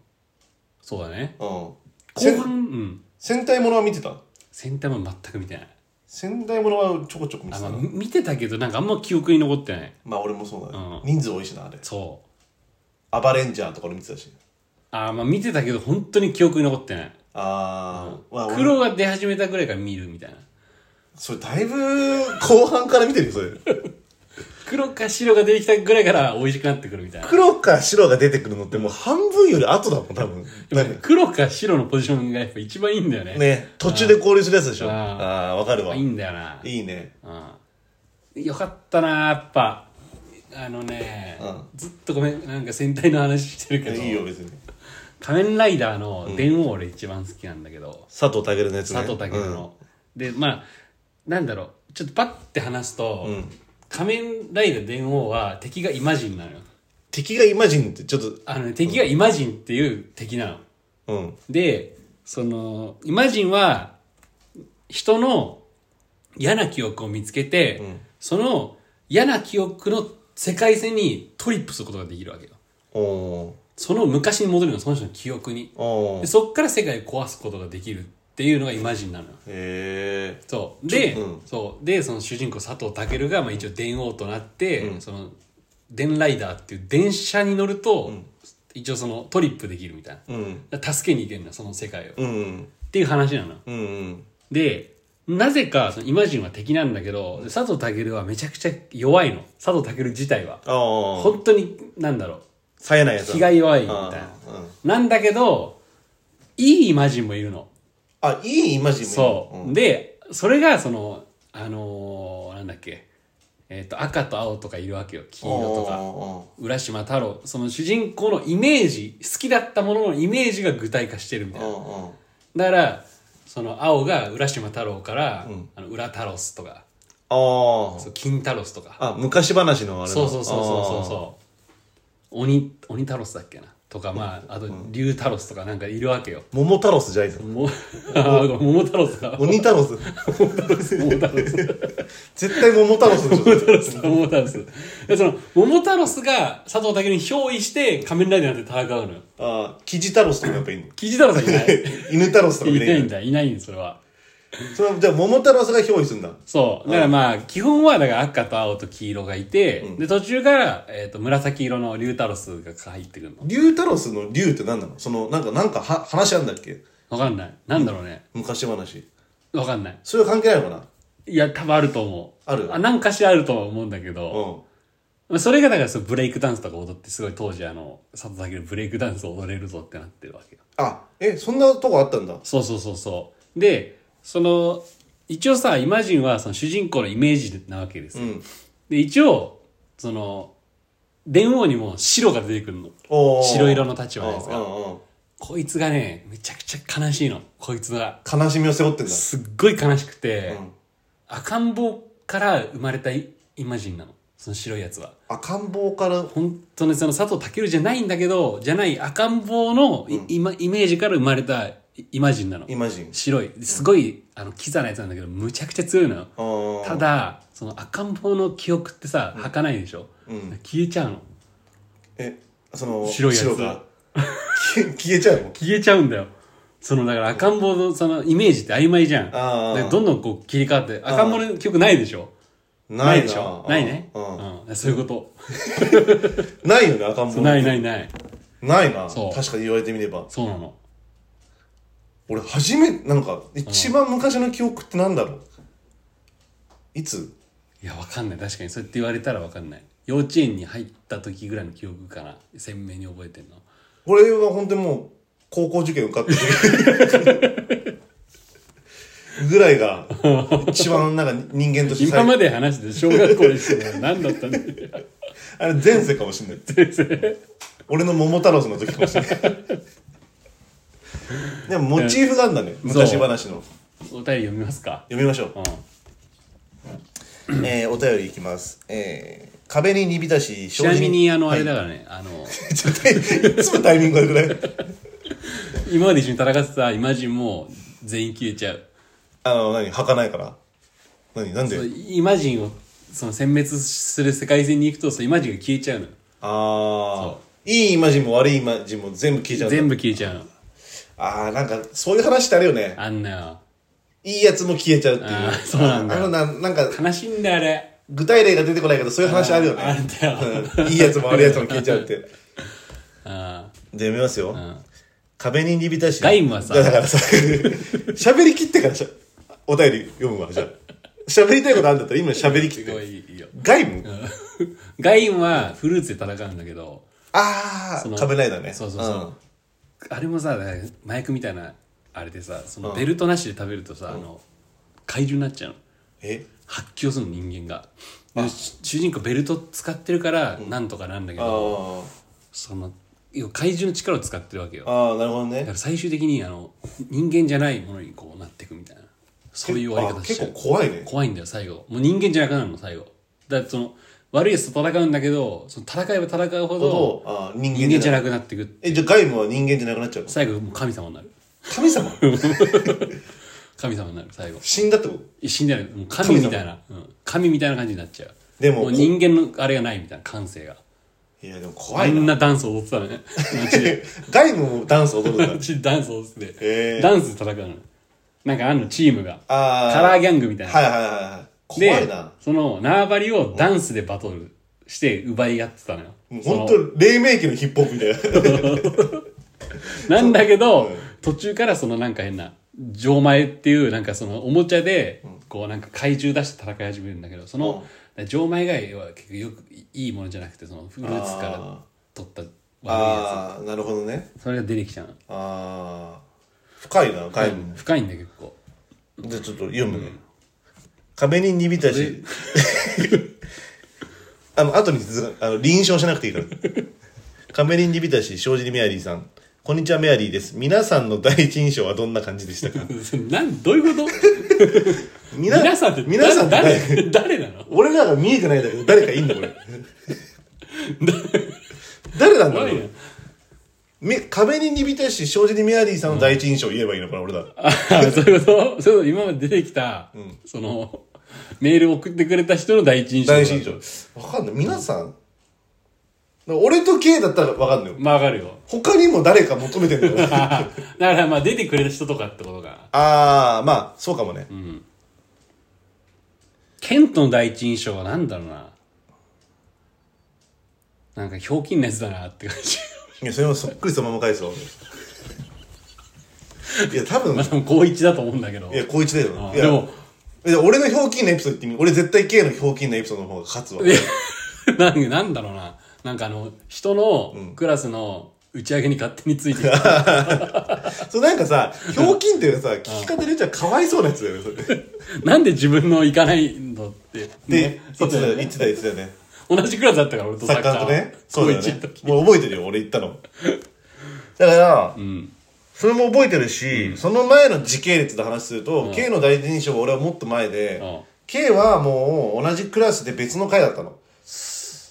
Speaker 1: そうだね後
Speaker 2: せん
Speaker 1: 半うん
Speaker 2: 戦隊ものは見てた
Speaker 1: 戦隊も全く見てない
Speaker 2: 戦隊ものはちょこちょこ見て
Speaker 1: あ
Speaker 2: た
Speaker 1: まあ
Speaker 2: な
Speaker 1: 見てたけどなんかあんま記憶に残ってない
Speaker 2: まあ俺もそうだね、
Speaker 1: う
Speaker 2: 人数多いしなあれ
Speaker 1: そう
Speaker 2: アバレンジャーとか俺見てたし
Speaker 1: あーまあ見てたけど本当に記憶に残ってない
Speaker 2: ああ、まあ俺
Speaker 1: 黒が出始めたぐらいから見るみたいな
Speaker 2: それだいぶ後半から見てるよそれ
Speaker 1: 黒か白が出てきたぐらいから美味しくなってくるみたいな
Speaker 2: 黒か白が出てくるのってもう半分より後だもん多分
Speaker 1: や
Speaker 2: な
Speaker 1: っ
Speaker 2: ん
Speaker 1: ぱ
Speaker 2: か
Speaker 1: ね黒か白のポジションがやっぱ一番いいんだよね
Speaker 2: ね途中で交流するやつでしょ
Speaker 1: あー
Speaker 2: ああわかるわ
Speaker 1: いいんだよない
Speaker 2: いね
Speaker 1: うん、よかったなやっぱあのね、
Speaker 2: う
Speaker 1: ずっとごめんなんか戦隊の話してるけど
Speaker 2: いいよ別に
Speaker 1: 仮面ライダーの電王俺一番好きなんだけど、
Speaker 2: 佐藤健のやつね
Speaker 1: 佐藤健の、でまあなんだろうちょっとパッて話すと、
Speaker 2: ん
Speaker 1: 仮面ライダー電王は敵がイマジンなのよ
Speaker 2: 敵がイマジンってちょっと
Speaker 1: あの、ね、敵がイマジンっていう敵なの
Speaker 2: うん
Speaker 1: でそのイマジンは人の嫌な記憶を見つけて、
Speaker 2: うん
Speaker 1: その嫌な記憶の世界線にトリップすることができるわけよ
Speaker 2: お
Speaker 1: その昔に戻るのその人の記憶に
Speaker 2: ーお
Speaker 1: で
Speaker 2: ー
Speaker 1: そっから世界を壊すことができるっていうのがイマジンなのよ
Speaker 2: へえ
Speaker 1: そうで、
Speaker 2: うん
Speaker 1: そうでその主人公佐藤健がまあ一応電王となって、
Speaker 2: うん
Speaker 1: その電ライダーっていう電車に乗ると、
Speaker 2: ん
Speaker 1: 一応そのトリップできるみたいな、
Speaker 2: うん
Speaker 1: だから助けに行けるのその世界を、っ
Speaker 2: うん
Speaker 1: ていう話なの
Speaker 2: うんうん
Speaker 1: で、なぜか、そのイマジンは敵なんだけど、佐藤健はめちゃくちゃ弱いの。佐藤健自体は。
Speaker 2: ああ
Speaker 1: 本当に、なんだろう、
Speaker 2: 冴えないやつ
Speaker 1: 気が弱いみたいな
Speaker 2: あ。ーうん
Speaker 1: なんだけど、いいイマジンもいるの。
Speaker 2: あいいイマジンもいい
Speaker 1: そうう。
Speaker 2: ん
Speaker 1: で、それが、その、あのーなんだっけ、えっ、と、赤と青とかいるわけよ。黄色とか。
Speaker 2: お
Speaker 1: 浦島太郎。その主人公のイメージ、好きだったもののイメージが具体化してるみたいな。
Speaker 2: ーおーおー
Speaker 1: だから、その青が浦島太郎から、あの、浦太郎とか。
Speaker 2: あー
Speaker 1: そう金タロスとか
Speaker 2: あ昔話のあれだ
Speaker 1: そうそうそうそうそう鬼鬼タロスだっけなとかまああと竜タロスとかなんかいるわけよ
Speaker 2: あー桃太郎じゃないぞ
Speaker 1: も あー桃太郎さん
Speaker 2: 鬼太郎ス
Speaker 1: 桃太郎さん
Speaker 2: 絶対桃太郎スでしょ
Speaker 1: 桃太郎さん桃太郎さんでその桃太郎が佐藤健に憑依して仮面ライダーなんて戦うのよ
Speaker 2: ああキジ太郎とかやっぱい いの
Speaker 1: キジ太郎さんい ない
Speaker 2: 犬太郎とか
Speaker 1: い
Speaker 2: い
Speaker 1: ないん
Speaker 2: ね
Speaker 1: だいないんだそれは
Speaker 2: それはじゃあ桃太郎が憑依するんだ
Speaker 1: そうだからまあ基本はだから赤と青と黄色がいて、
Speaker 2: うん
Speaker 1: で途中から、えー、と紫色の竜太郎が入ってくるの
Speaker 2: 竜太郎の竜って何なのそのなんかなんかは話あんだっけ
Speaker 1: わかんないなんだろうね
Speaker 2: 昔話
Speaker 1: わかんない
Speaker 2: それは関係ないのかない
Speaker 1: や、多分あると思う。
Speaker 2: ある
Speaker 1: あ、なんかしらあるとは思うんだけ
Speaker 2: う
Speaker 1: ど、
Speaker 2: ん
Speaker 1: まあそれがだからそのブレイクダンスとか踊って、すごい当時あの、佐藤健のブレイクダンスを踊れるぞってなってるわけよ。
Speaker 2: あえそんなとこあったんだ
Speaker 1: そうそうそうそう。で、その、一応さ、イマジンはその主人公のイメージなわけです
Speaker 2: う
Speaker 1: よ。
Speaker 2: ん
Speaker 1: で、一応、その、電王にも白が出てくるの。
Speaker 2: おー
Speaker 1: 白色の立場のやつ
Speaker 2: う
Speaker 1: が。
Speaker 2: んうんうん
Speaker 1: こいつがね、めちゃくちゃ悲しいの。こいつが。
Speaker 2: 悲しみを背負ってんだ
Speaker 1: すっごい悲しくて、
Speaker 2: うん
Speaker 1: 赤ん坊から生まれたイイマジンなの。その白いやつは。
Speaker 2: 赤ん坊から
Speaker 1: 本当にその佐藤健じゃないんだけどじゃない赤ん坊のい、イマイメージから生まれたイイマジンなの
Speaker 2: イマジン
Speaker 1: 白いすごい、あのキザなやつなんだけどむちゃくちゃ強いのよ
Speaker 2: あー
Speaker 1: ただその赤ん坊の記憶ってさ儚いでしょ、
Speaker 2: うん
Speaker 1: 消えちゃうの
Speaker 2: えその
Speaker 1: 白いやつ
Speaker 2: が消え消えちゃうの
Speaker 1: 消えちゃうんだよそのだから赤ん坊のそのイメージって曖昧じゃん
Speaker 2: あー
Speaker 1: でどんどんこう切り替わって赤ん坊の記憶ないでしょ
Speaker 2: な
Speaker 1: でしょないね、うん、そういうこ
Speaker 2: ないよね赤ん
Speaker 1: と
Speaker 2: 坊
Speaker 1: ないないない
Speaker 2: ないな
Speaker 1: そう
Speaker 2: 確かに言われてみれば
Speaker 1: そうなの
Speaker 2: 俺初めてなんか一番昔の記憶ってなんだろういつ
Speaker 1: いや、わかんない。確かに、そうやって言われたらわかんない。幼稚園に入った時ぐらいの記憶かな。鮮明に覚えてんの。
Speaker 2: 俺は本当にもう高校受験受かってるぐらいが、一番なんか人間として
Speaker 1: 今
Speaker 2: 最
Speaker 1: まで話で小学校でしてたの何だったんだよ
Speaker 2: あれ前世かもしんない。俺の桃太郎の時かもし んない。でもモチーフがあんだね、昔話の。
Speaker 1: お便り読みますか
Speaker 2: 読みましょう。
Speaker 1: うん
Speaker 2: えー、お便りいきます。えー、壁に煮浸し、
Speaker 1: ちなみにあのあれだ
Speaker 2: は
Speaker 1: からね、あの
Speaker 2: い、ちょっといつもタイミング悪くない
Speaker 1: 今まで一緒に戦ってたイマジンも全員消えちゃう
Speaker 2: あの、何儚かないから。何なんで
Speaker 1: イマジンをその殲滅する世界線に行くとそのイマジンが消えちゃうのよ
Speaker 2: ああ。いいイマジンも悪いイマジンも全部消えちゃうんだ。
Speaker 1: 全部消えちゃうの
Speaker 2: ああ、なんか、そういう話ってあるよね。
Speaker 1: あんなよ
Speaker 2: いいやつも消えちゃうっていう。
Speaker 1: あーそうなんだ
Speaker 2: あのな、なんか、
Speaker 1: 悲しいんだよあれ
Speaker 2: 具体例が出てこないけど、そういう話あるよね。
Speaker 1: あんだよ
Speaker 2: うんいいやつも悪いやつも消えちゃうって。で、
Speaker 1: あ
Speaker 2: 読みますよ。
Speaker 1: ん
Speaker 2: 壁に煮浸し。
Speaker 1: ガイムはさ
Speaker 2: だか らさ、喋り切ってからしゃ、お便り読むわ、じゃあ。喋りたいことあるんだったら今喋り
Speaker 1: ー
Speaker 2: 切っ
Speaker 1: すご
Speaker 2: て。
Speaker 1: いいいよ
Speaker 2: ガイム、
Speaker 1: ガインはフルーツで戦うんだけど
Speaker 2: あ
Speaker 1: その
Speaker 2: あ、壁ないだね。
Speaker 1: そうそうそう、
Speaker 2: ん
Speaker 1: あれもさ麻薬みたいなあれでさそのベルトなしで食べるとさ、あの怪獣になっちゃうの
Speaker 2: え
Speaker 1: 発狂するの人間がでし主人公ベルト使ってるからなんとかなんだけ
Speaker 2: あ
Speaker 1: ど、
Speaker 2: ー
Speaker 1: その要は怪獣の力を使ってるわけよだ
Speaker 2: あー、なるほど
Speaker 1: か
Speaker 2: ね。
Speaker 1: ら最終的にあの人間じゃないものにこうなっていくみたいなそういう終わり
Speaker 2: あ
Speaker 1: 方し
Speaker 2: 結
Speaker 1: ちゃう
Speaker 2: 構怖いね。
Speaker 1: 怖いんだよ最後もう人間じゃなくなるの最後だってその悪いやつと戦うんだけどその戦えば戦うほど
Speaker 2: ほどあー
Speaker 1: 人
Speaker 2: 人間
Speaker 1: 間
Speaker 2: じ
Speaker 1: じ
Speaker 2: ゃ
Speaker 1: ゃ
Speaker 2: なく
Speaker 1: なくなっていく
Speaker 2: え、じゃあガイムは人間じゃなくなっちゃうの
Speaker 1: 最後もう神様になる
Speaker 2: 神様
Speaker 1: 神様になる最後
Speaker 2: 死んだってこと
Speaker 1: 死んでないもう神みたいな神,、うん、神みたいな感じになっちゃう
Speaker 2: でも
Speaker 1: う人間のあれがないみたいな感性が
Speaker 2: いやでも怖
Speaker 1: あ
Speaker 2: い
Speaker 1: ん
Speaker 2: な。
Speaker 1: なダンス踊ってたの ね
Speaker 2: ガイムもダンス踊るんだ
Speaker 1: う。ちダンス踊ってて、
Speaker 2: へー
Speaker 1: ダンスで戦うのなんかあんのチームが
Speaker 2: あー
Speaker 1: カラーギャングみたいな、
Speaker 2: はいはいはいはい。
Speaker 1: で
Speaker 2: 怖いな。
Speaker 1: その縄張りをダンスでバトルして奪い合ってたのよ
Speaker 2: もう
Speaker 1: その
Speaker 2: 本当黎明期のヒップホップみたいな。
Speaker 1: なんだけど、
Speaker 2: うん
Speaker 1: 途中からそのなんか変な、錠前っていうなんかそのおもちゃで、こうなんか怪獣出して戦い始めるんだけど、その、錠前が要は結局よくいいものじゃなくて、そのフルーツから
Speaker 2: あ
Speaker 1: 取った悪いや
Speaker 2: ああ、なるほどね。
Speaker 1: つ。それが出てきちゃうの。
Speaker 2: ああ。深いな、ガイム。
Speaker 1: 深いんだよ結構。
Speaker 2: じゃあちょっと読むね。壁に煮浸し。あの、後に続かあの、臨床しなくていいから。壁に煮浸し、障子にメアリーさん。こんにちは、メアリーです。皆さんの第一印象はどんな感じでしたか
Speaker 1: なん、どういうこと
Speaker 2: 皆
Speaker 1: 皆さんって
Speaker 2: 皆さんって誰
Speaker 1: 誰、誰なの
Speaker 2: 俺らが見えてないんだけど、誰かいいんだ、これ。誰なんだろ
Speaker 1: 誰な
Speaker 2: う
Speaker 1: の
Speaker 2: め壁に煮浸し、障子にメアリーさんの第一印象を言えばいいのかな、俺ら。
Speaker 1: あー そういうことそういうこと今まで出てきた、その、メール送ってくれた人の第一印象。
Speaker 2: 第一印象。わかんない。皆さん、俺と K だったらわかんないよ。
Speaker 1: まあわかるよ。
Speaker 2: 他にも誰か求めてるのかな
Speaker 1: あだからまあ出てくれた人とかってことかな。
Speaker 2: あー、まあ、そうかもね。
Speaker 1: ケントの第一印象はなんだろうな。なんかひょうきんなやつだなって感じ。
Speaker 2: いや、それもそっくりそのまま返すわ。いや、多分、
Speaker 1: まあ
Speaker 2: い
Speaker 1: でも高一だと思うんだけど。
Speaker 2: や、高一
Speaker 1: あ
Speaker 2: だよ。い
Speaker 1: で
Speaker 2: や、
Speaker 1: も、
Speaker 2: いや俺のひょうきんなエピソード言ってみ俺絶対 K のひょうきんなエピソードの方が勝つわ。
Speaker 1: なんなんだろうな。なんかあの、人のクラスの打ち上げに勝手についてき た。
Speaker 2: そうなんかさ、ひょうきんっていうかさ、聞き方で言っちゃかわいそうなやつだよね、それ。
Speaker 1: なんで自分の行かないのって。
Speaker 2: で
Speaker 1: ね、
Speaker 2: 言
Speaker 1: そう
Speaker 2: って
Speaker 1: だ
Speaker 2: た
Speaker 1: よね
Speaker 2: よ、言ってたよ、言ってたよね。
Speaker 1: 同じクラスだったから俺と
Speaker 2: サッカーとね。そうだよ
Speaker 1: 高一の
Speaker 2: ね
Speaker 1: 時。
Speaker 2: もう覚えてるよ、俺 言ったの。だから、それも覚えてるし、その前の時系列で話すると、K の第一印象は俺はもっと前で
Speaker 1: うん、
Speaker 2: K はもう同じクラスで別の回だったの。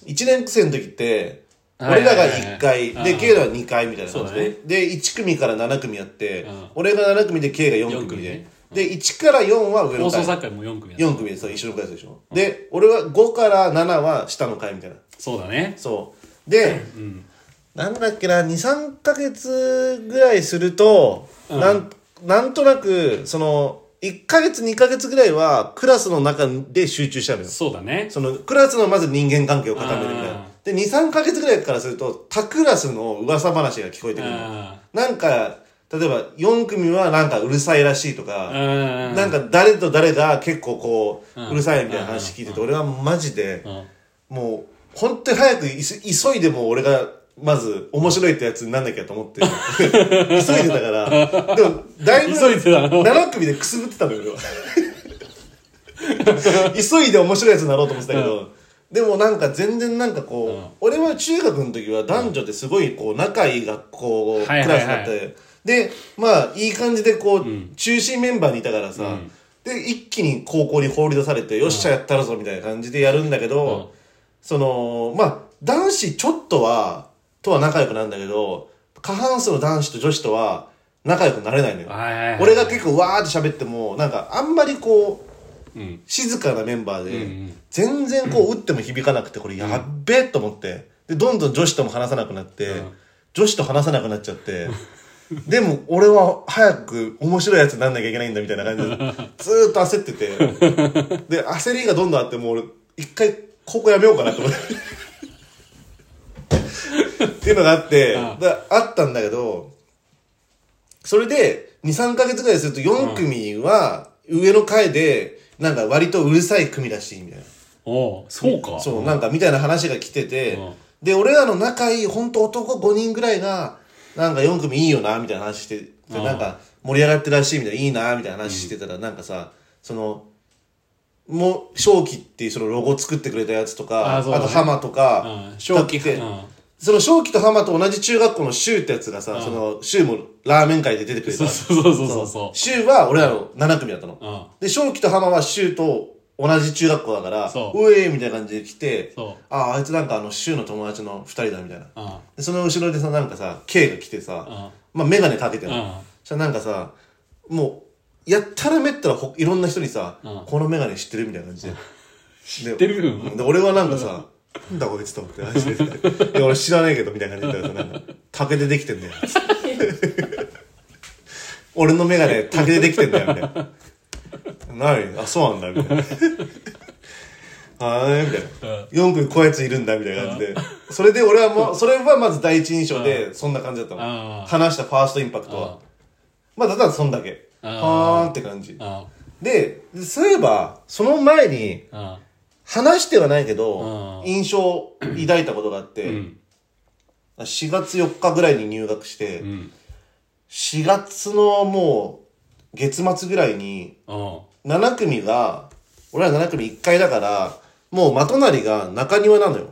Speaker 2: 1年生の時って、
Speaker 1: はい
Speaker 2: 俺
Speaker 1: はい
Speaker 2: ら
Speaker 1: は
Speaker 2: が
Speaker 1: い
Speaker 2: 1回、
Speaker 1: うん
Speaker 2: で、K らは2回みたいな感じ
Speaker 1: そうだね
Speaker 2: で、で、1組から7組やって
Speaker 1: うん、
Speaker 2: 俺が7組で K が4
Speaker 1: 四組
Speaker 2: 組
Speaker 1: ね
Speaker 2: で、で、1から4は上
Speaker 1: 放
Speaker 2: の
Speaker 1: 送
Speaker 2: 階。
Speaker 1: 作家も4組だった
Speaker 2: 4組でそう一緒のクラスでしょ、で俺は5から7は下の階みたいな
Speaker 1: そうだね。
Speaker 2: そうで、なんだっけな23か月ぐらいすると、なんなんとなくその1か月2か月ぐらいはクラスの中で集中したのよ
Speaker 1: そうだね。
Speaker 2: そのクラスのまず人間関係を固めるみたい
Speaker 1: あ
Speaker 2: なで23か月ぐらいからすると他クラスの噂話が聞こえてくるの
Speaker 1: あ
Speaker 2: なんか例えば4組はなんかうるさいらしいとか、
Speaker 1: あ。うん。
Speaker 2: なんか誰と誰が結構こう、
Speaker 1: ん
Speaker 2: うるさいみたいな話聞いてて、俺はマジで
Speaker 1: う、ん
Speaker 2: もう、本当に早くいそ急いでもう俺がまず、面白いってやつになんなきゃと 思って、急いでたから、でも、だいぶ、
Speaker 1: 急いでたの
Speaker 2: 7組でくすぶってたのよ、俺は急いで面白いやつになろうと思ってたけど、でもなんか全然なんかこう、俺は中学の時は男女ってすごいこう、仲いい学校、ク
Speaker 1: はい
Speaker 2: ラ
Speaker 1: はいはい
Speaker 2: スだったで、で、まあ、いい感じでこう、中心メンバーにいたからさ、で、一気に高校に放り出されて、よっしゃ、やったらぞ、みたいな感じでやるんだけど、
Speaker 1: うん
Speaker 2: その、まあ、男子ちょっとは、とは仲良くなるんだけど、過半数の男子と女子とは仲良くなれないのよ。
Speaker 1: はいはいはい
Speaker 2: 俺が結構わーって喋っても、なんかあんまりこう、
Speaker 1: うん
Speaker 2: 静かなメンバーで、
Speaker 1: うんうん
Speaker 2: 全然こう打っても響かなくて、これやっべえと思って、で、どんどん女子とも話さなくなって、
Speaker 1: うん
Speaker 2: 女子と話さなくなっちゃって、 でも俺は早く面白いやつになんなきゃいけないんだみたいな感じで、ずーっと焦ってて、で、焦りがどんどんあって、もう俺、一回高校やめようかなと思って。っていうのがあって、
Speaker 1: うん
Speaker 2: だあったんだけど、それで、2、3ヶ月ぐらいすると4組は、上の階で、なんか割とうるさい組らしいみたいな。
Speaker 1: おうそうか
Speaker 2: そう、なんかみたいな話が来てて、
Speaker 1: うん
Speaker 2: で、俺らの仲いい、ほんと男5人ぐらいが、なんか4組いいよな、みたいな話して、で
Speaker 1: うん
Speaker 2: なんか盛り上がってるらしいみたいな、いいな、みたいな話してたら、なんかさ、その、もう、正気っていうそのロゴ作ってくれたやつとか、
Speaker 1: あ
Speaker 2: あ,、
Speaker 1: そうだね
Speaker 2: とハマとか
Speaker 1: う、ん正気
Speaker 2: だって
Speaker 1: うん
Speaker 2: その正気とハマと同じ中学校の柊ってやつがさ、その柊もラーメン界で出てくれた。
Speaker 1: そうそうそうそうそう
Speaker 2: 柊は俺らの7組だったの。
Speaker 1: うん
Speaker 2: で、正気と浜は柊と同じ中学校だから、
Speaker 1: そう
Speaker 2: えーみたいな感じで来て、
Speaker 1: そう
Speaker 2: ああ、あいつなんかあの、柊の友達の二人だみたいな。
Speaker 1: うんうん
Speaker 2: で、その後ろでさ、なんかさ、K が来てさ、
Speaker 1: うん
Speaker 2: まあ、メガネかけてる
Speaker 1: うん
Speaker 2: の。そしたらなんかさ、もう、やったらめったらほいろんな人にさ、
Speaker 1: うん
Speaker 2: このメガネ知ってるみたいな感じで。知って
Speaker 1: る
Speaker 2: で、俺はなんかさ、なんだこいつと思って、あいつ出てていや俺知らないけど、みたいな感じで言ったらさ、なんか、竹でできて んだよ。俺のメガネ、竹でできてんだよ、みたいな。何あ、そうなんだ、みたいな。はーい、みたいな。4組こういうやついるんだ、みたいな感じで。それで俺はもう、それはまず第一印象で、そんな感じだった
Speaker 1: あ
Speaker 2: の。
Speaker 1: ー
Speaker 2: 話したファーストインパクトは。まあ、ただそんだけ。
Speaker 1: あー
Speaker 2: はーんって感じ
Speaker 1: う。ん
Speaker 2: で、でそういえば、その前に、
Speaker 1: うん
Speaker 2: 話してはないけど
Speaker 1: う、ん
Speaker 2: 印象を抱いたことがあって、
Speaker 1: ん
Speaker 2: 4月4日ぐらいに入学して、
Speaker 1: うん
Speaker 2: 4月のもう、月末ぐらいに、
Speaker 1: うん
Speaker 2: 7組が、俺ら7組1回だから、もうまとなりが中庭なのよ。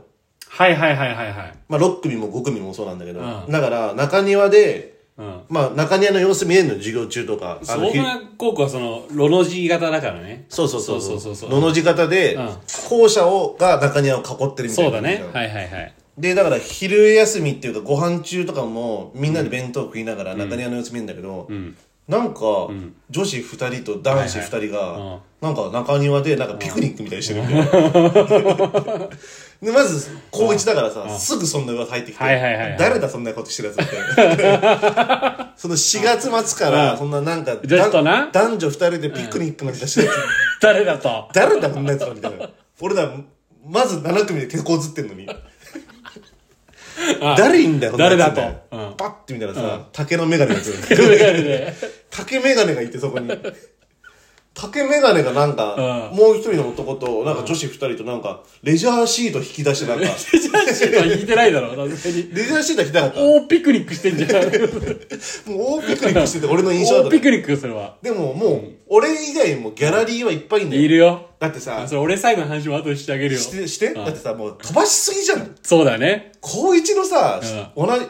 Speaker 1: はいはいはいはいはい
Speaker 2: まあ6組も5組もそうなんだけど、
Speaker 1: うん
Speaker 2: だから中庭で、
Speaker 1: うん
Speaker 2: まあ中庭の様子見えるのよ授業中とか。あの
Speaker 1: 総合高校はそのロの字型だからね
Speaker 2: そうそうそう
Speaker 1: そう
Speaker 2: そ
Speaker 1: そうう
Speaker 2: そ。
Speaker 1: そうう
Speaker 2: のの字型で
Speaker 1: うん、
Speaker 2: 校舎を、が中庭を囲ってるみ
Speaker 1: そ
Speaker 2: たいな
Speaker 1: うだ
Speaker 2: 感じなの。
Speaker 1: ねはいはいはい
Speaker 2: で、だから昼休みっていうかご飯中とかもみんなで弁当食いながら中庭の様子見るんだけど、
Speaker 1: ん
Speaker 2: なんか、女子2人と男子2人が、
Speaker 1: いうん
Speaker 2: なんか中庭でなんかピクニックみたいにしてるみたいな。でまず高1だからさ、すぐそんな噂入ってきて、
Speaker 1: はいはいはいはい
Speaker 2: 誰だそんなことしてるやつみた いな。その4月末から、そんななんか、
Speaker 1: 女子とな
Speaker 2: 男女2人でピクニックなんかしてるやつ、
Speaker 1: 誰だと
Speaker 2: 誰だこんなやつはみたいな。俺ら、まず7組で手こずってんのに。誰いんだよ、こんなや
Speaker 1: 誰
Speaker 2: つ
Speaker 1: だ
Speaker 2: み
Speaker 1: と
Speaker 2: たいな
Speaker 1: うん
Speaker 2: パッて見たらさ、竹のメガネがついてる。
Speaker 1: 誰だよね
Speaker 2: 竹メガネがいて、そこに。竹メガネがなんか、もう一人の男と、なんか女子二人となんか、レジャーシート引き出してなんか、
Speaker 1: レジャーシートは引いてないだろ、さすがに。
Speaker 2: レジャーシート引きたかった。もう
Speaker 1: 大ピクニックしてんじゃん。
Speaker 2: 大ピクニックしてて、俺の印象
Speaker 1: 大
Speaker 2: だった
Speaker 1: ピ。クニックよそれは。
Speaker 2: でももう、俺以外もギャラリーはいっぱいいんだ
Speaker 1: い
Speaker 2: よ。
Speaker 1: るよ。
Speaker 2: だってさ
Speaker 1: あ、それ俺最後の話も後にしてあげるよ。
Speaker 2: して、してだってさ、もう飛ばしすぎじゃん。
Speaker 1: そうだね。
Speaker 2: 高一のさ、同じ、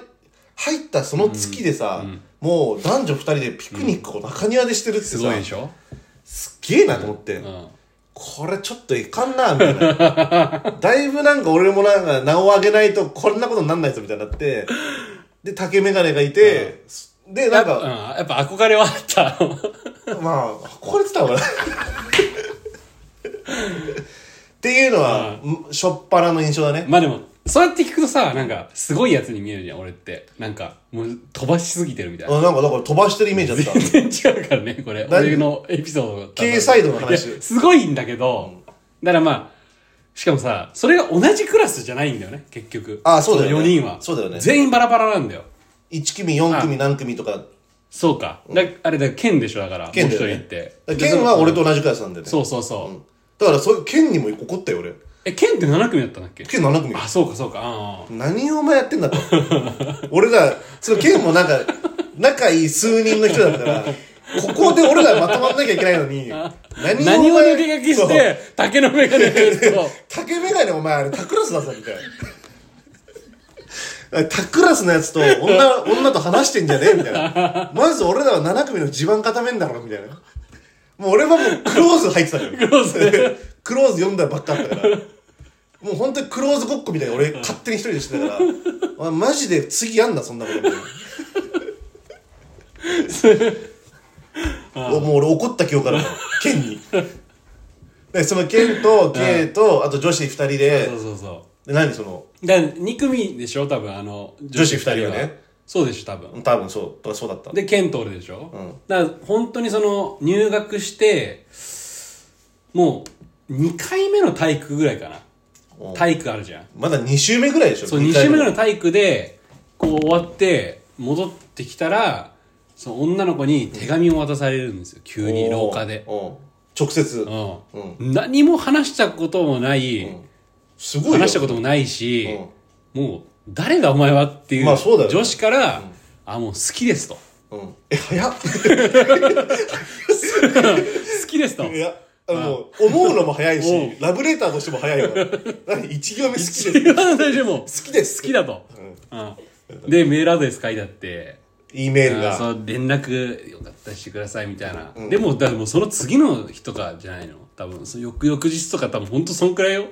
Speaker 2: 入ったその月でさ、もう男女二人でピクニックを中庭でしてるってさ、
Speaker 1: すごいでしょ
Speaker 2: すっげえなと思って、
Speaker 1: うん。
Speaker 2: これちょっといかんな、みたい な。だいぶなんか俺もなんか名を上げないとこんなことになんないぞ、みたいになって、で、竹メガネがいて、で、なん
Speaker 1: うん、
Speaker 2: か、
Speaker 1: やっぱ憧れはあった。
Speaker 2: まあ、これてたわ、俺っていうのは、しょっぱなの印象だね。
Speaker 1: まあでも、そうやって聞くとさ、なんか、すごいやつに見えるじゃん、俺って。なんか、もう飛ばしすぎてるみたいな。
Speaker 2: あなんか、だから飛ばしてるイメージだった。
Speaker 1: 全然違うからね、これ。
Speaker 2: 何
Speaker 1: 俺のエピソードだったら。
Speaker 2: K サイドの話
Speaker 1: いやすごいんだけど、だからまあ、しかもさ、それが同じクラスじゃないんだよね、結局。
Speaker 2: あそうだよね
Speaker 1: 4人は。
Speaker 2: そうだよね
Speaker 1: 全員バラバラなんだよ。
Speaker 2: 1組、4組、何組とか。
Speaker 1: そうか。だあれだ、剣でしょ、だから。
Speaker 2: 剣
Speaker 1: もう
Speaker 2: だ
Speaker 1: 一
Speaker 2: よね
Speaker 1: 人って。
Speaker 2: だから剣は俺と同じクラスなんだよね。
Speaker 1: そうそうそう。
Speaker 2: だからそういう剣にも怒ったよ俺。
Speaker 1: え、剣って7組だったんだっけ
Speaker 2: 剣7組
Speaker 1: あ、そうかそうか。あ
Speaker 2: 何をお前やってん だと俺らその剣もなんか仲いい数人の人だったからここで俺らまとまんなきゃいけないのに
Speaker 1: ー
Speaker 2: 何
Speaker 1: 何
Speaker 2: を
Speaker 1: を
Speaker 2: お前
Speaker 1: 抜け書きし
Speaker 2: そう
Speaker 1: て、竹のメガネ入れると。
Speaker 2: 竹メガネお前あれタクラスだぞみたいなタクラスのやつと 女女と話してんじゃねえみたいなまず俺らは7組の地盤固めんだろみたいなもう俺はもうクローズ入ってたのよ
Speaker 1: クローズね
Speaker 2: クローズ読んだばっかだったからもう本当にクローズごっこみたいな俺勝手に一人でしてたからお前マジで次やんなそんなことみたい なおもう俺怒った今日から剣にでその剣と慶と、あと女子2人で
Speaker 1: そうそうそ
Speaker 2: で何その
Speaker 1: う。だから2組でしょ多分、あの、
Speaker 2: 女子二人はね
Speaker 1: そうでしょ多分。
Speaker 2: 多分そうとかそうだった
Speaker 1: で、剣通るでしょ
Speaker 2: うん
Speaker 1: だから、本当にその、入学して、もう、2回目の体育ぐらいかな。
Speaker 2: お
Speaker 1: 体育あるじゃん。
Speaker 2: まだ2週目ぐらいでしょ
Speaker 1: そう、
Speaker 2: 二
Speaker 1: 2
Speaker 2: 回
Speaker 1: 週目の体育で、こう終わって、戻ってきたら、その女の子に手紙を渡されるんですよ。急に、廊下で。
Speaker 2: おう直接、
Speaker 1: うん何も話したこともない、
Speaker 2: すごいよ
Speaker 1: 話したこともないし、もう、誰がお前はっていう、
Speaker 2: まあそうだよね
Speaker 1: 女子から、あ、もう好き ですと。
Speaker 2: うん、え早っ
Speaker 1: 好きですと。
Speaker 2: いやあのもう思うのも早い
Speaker 1: お
Speaker 2: しラブレターとしても 早いわ何一行目好きです
Speaker 1: 一番最初にもう、好
Speaker 2: きです
Speaker 1: 好きだと。うんで、メールアドレス書いてあって、
Speaker 2: E メール
Speaker 1: あーそ
Speaker 2: が
Speaker 1: う連絡よかったらしてくださいみたいな、でもだからもうその次の日とかじゃないの多分その翌々日とか多分ほんとそんくらいよ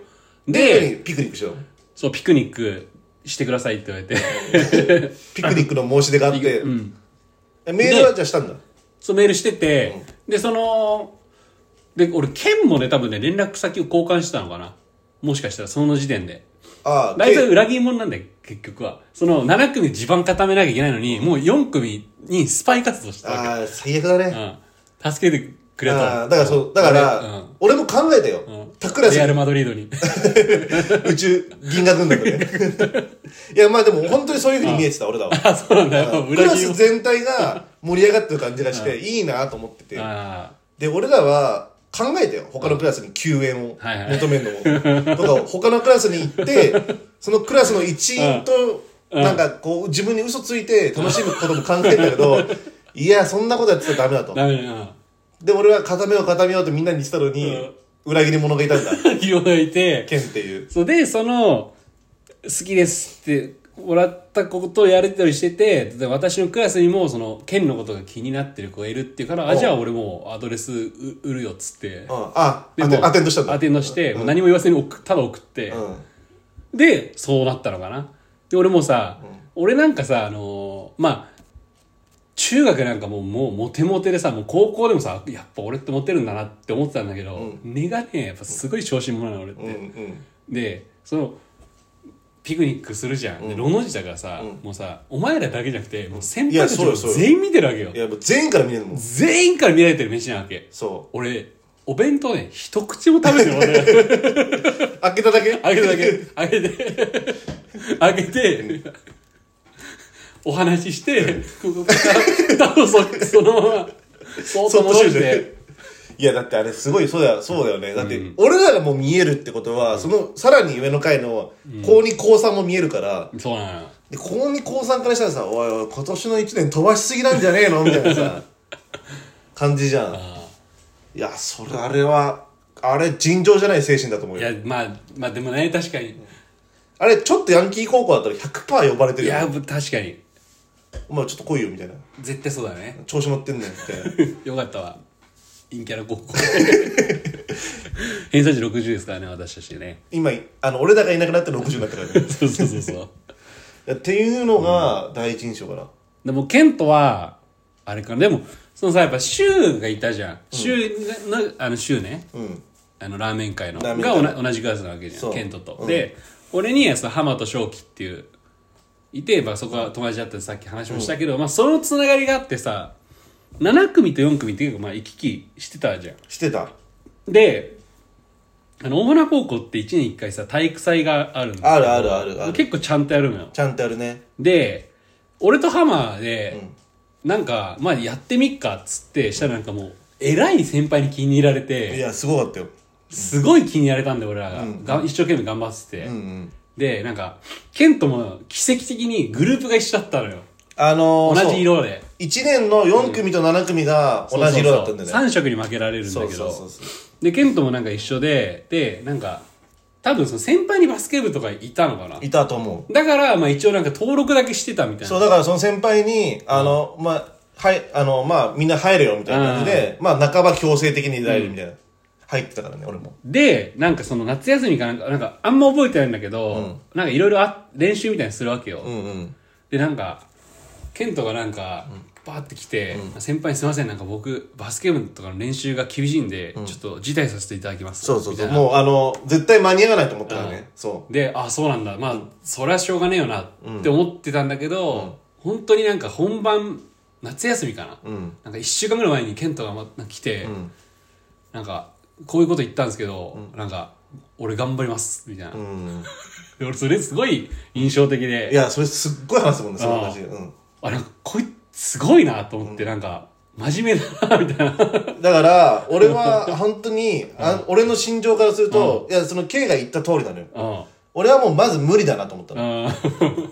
Speaker 1: で
Speaker 2: でピクニックしよう
Speaker 1: そうピクニックしてくださいって言われて
Speaker 2: ピクニックの申し出が あって、えメールはじゃあしたんだ
Speaker 1: そうメールしてて、でそので俺県もね多分ね連絡先を交換してたのかなもしかしたらその時点で
Speaker 2: ああ
Speaker 1: 大体裏切り者なんだよ結局はその7組地盤固めなきゃいけないのに、もう4組にスパイ活動してたわ
Speaker 2: ああ最悪だね、
Speaker 1: け、うん、助けてくれと
Speaker 2: ああだからそうだから、
Speaker 1: 俺うん
Speaker 2: 俺も考えたよ、タクラス
Speaker 1: レアル・マドリード に
Speaker 2: 宇宙銀河軍団 でねいやまあでも本当にそういうふうに見えてた俺らは
Speaker 1: あ、そうなんだよ。
Speaker 2: ク
Speaker 1: 裏
Speaker 2: ラ
Speaker 1: 切り
Speaker 2: ス
Speaker 1: も。
Speaker 2: 全体が盛り上がってる感じが していいなと思ってて
Speaker 1: あ
Speaker 2: で俺らは考えたよ他のクラスに救援を
Speaker 1: はいはい
Speaker 2: 求めるの もとか他のクラスに行ってそのクラスの一員となんかこう自分に嘘ついて楽しむことも考えたけ どいやそんなことやってたらダメだ
Speaker 1: あ、
Speaker 2: と
Speaker 1: ダメだな。
Speaker 2: で俺は固めよう固めようってみんなに言ってたのに裏切り者が いたんだ
Speaker 1: 広がいて、
Speaker 2: ケンっていう
Speaker 1: そうで、その、好きですって、もらったことをやりとりしてて、で私のクラスにも、その、県のことが気になってる子がいるっていうから、あ、
Speaker 2: おう
Speaker 1: じゃあ俺もうアドレスう売るよっつって。
Speaker 2: うんあ
Speaker 1: で
Speaker 2: ア
Speaker 1: も
Speaker 2: テ
Speaker 1: う
Speaker 2: アテンドしたんだ
Speaker 1: アテンドして、もう何も言わせずに送ただ送って、
Speaker 2: うん
Speaker 1: で、そうなったのかな。で、俺もさ、俺なんかさ、あのーまあ、中学なんかもう、もうモテモテでさ、もう高校でもさ、やっぱ俺ってモテるんだなって思ってたんだけど、根がね、やっぱすごい小心者なの俺って。
Speaker 2: うんうん
Speaker 1: で、その、ピクニックするじゃん。で、ロの字だからさ、もうさ、お前らだけじゃなくて、もう先輩たち
Speaker 2: いやそう
Speaker 1: も
Speaker 2: よそうよ
Speaker 1: 全員見てるわけよ
Speaker 2: い。やもう全員から見れるもん
Speaker 1: 全員から見られてる飯なわけ。
Speaker 2: そ
Speaker 1: 俺、お弁当ね、一口も食べてもらえない。
Speaker 2: う開けただけ
Speaker 1: あげるだけ、あげて、あげて、お話しして、蓋をそそのまま、そーっと戻して、
Speaker 2: いやだってあれすごいそうだそうだよねだって俺らがもう見えるってことは、そのさらに上の階の高2高3も見えるから、
Speaker 1: そうなのよ。
Speaker 2: で高2高3からしたらさ「おいおい今年の1年飛ばしすぎなんじゃねえの?」みたい なさ感じじゃんいやそれあれはあれ尋常じゃない精神だと思う
Speaker 1: い
Speaker 2: よ
Speaker 1: や、まあ、まあでもね、確かに。
Speaker 2: あれちょっとヤンキー高校だったら100%呼ばれて
Speaker 1: い
Speaker 2: るよ
Speaker 1: や、
Speaker 2: ね
Speaker 1: 確かに。
Speaker 2: お前ちょっと来いよみたいな
Speaker 1: 絶対そうだね。
Speaker 2: 調子乗ってんねんみたいな
Speaker 1: よかったわ。陰キャラ高校。偏差値60ですからね、私たちね。
Speaker 2: 今あの俺らがいなくなって60になったからね
Speaker 1: そうそうそうそう。
Speaker 2: いやっていうのが第一印象かな、
Speaker 1: でも、ケントは、あれかな。でも、そのさ、やっぱ、シュウがいたじゃん。シュウの、あの、シュウね。
Speaker 2: うん
Speaker 1: あのラーメン界の
Speaker 2: ラ
Speaker 1: が
Speaker 2: ーメン界
Speaker 1: 同じ
Speaker 2: の
Speaker 1: 同じクラスなわけじゃ
Speaker 2: そ
Speaker 1: ん
Speaker 2: う
Speaker 1: ケントと、
Speaker 2: うん
Speaker 1: で俺にその浜と正輝っていういて、まあ、そこは友達だったってさっき話もしたけど、まあ、そのつながりがあってさ7組と4組っていうかまあ行き来してたじゃ
Speaker 2: してた
Speaker 1: んであの大船高校って1年1回さ体育祭があるんだけど
Speaker 2: あるあるあるある
Speaker 1: 結構ちゃんとやるのよ
Speaker 2: ちゃんとやるね
Speaker 1: で俺とハマーで、なんか、まあ、やってみっかっつってしたらなんかもう偉い先輩に気に入られて
Speaker 2: いやすごかったよ
Speaker 1: すごい気に入られたんで、俺らが。
Speaker 2: うん
Speaker 1: が一生懸命頑張ってて。
Speaker 2: うんうん
Speaker 1: で、なんか、ケントも奇跡的にグループが一緒だったのよ。
Speaker 2: あの
Speaker 1: 同
Speaker 2: ー、
Speaker 1: じ色で。
Speaker 2: 1年の4組と7組が同じ色だったんだよね
Speaker 1: 3色に負けられるんだけど。
Speaker 2: うそう
Speaker 1: で、ケントもなんか一緒で、で、なんか、多分その先輩にバスケ部とかいたのかな。
Speaker 2: いたと思う
Speaker 1: だから、まあ一応なんか登録だけしてたみたい
Speaker 2: そ
Speaker 1: な。
Speaker 2: う、だからその先輩に、あの、まあ、はい、あの、まあ、みんな入れよみたいな感じで、まあ、半ば強制的に入れられるみたいな。入ってたからね、俺も。
Speaker 1: で、なんかその夏休みかなんか、なんかあんま覚えてないんだけど、
Speaker 2: うん
Speaker 1: なんかいろいろあ練習みたいにするわけよ。
Speaker 2: うんうん。
Speaker 1: でなんかケントがなんかバーって来て、先輩にすいませんなんか僕バスケ部とかの練習が厳しいんで、ちょっと辞退させていただきます
Speaker 2: そうそう
Speaker 1: み
Speaker 2: そ。
Speaker 1: たいうな
Speaker 2: もう、あの、絶対間に合わないと思ったからね。そ
Speaker 1: であそうなんだまあそりゃしょうがねえよなって思ってたんだけど、本当になんか本番夏休みかな、
Speaker 2: う。うん。
Speaker 1: なんか1週間ぐらい前にケントがまなんか来て、
Speaker 2: ん
Speaker 1: なんかこういうこと言ったんですけど、なんか俺頑張りますみたいな、
Speaker 2: うん。
Speaker 1: で俺それすごい印象的で
Speaker 2: いや、それすっごい話すもんね、その話。
Speaker 1: あ
Speaker 2: うん。
Speaker 1: あなんかこいつすごいなと思って、なんか真面目だなみ たいな
Speaker 2: だから、俺は、本当に、あ俺の心情からすると、いや、その、K が言った通りなのよ。
Speaker 1: う
Speaker 2: 俺はもう、まず無理だなと思ったの。
Speaker 1: ん。うん。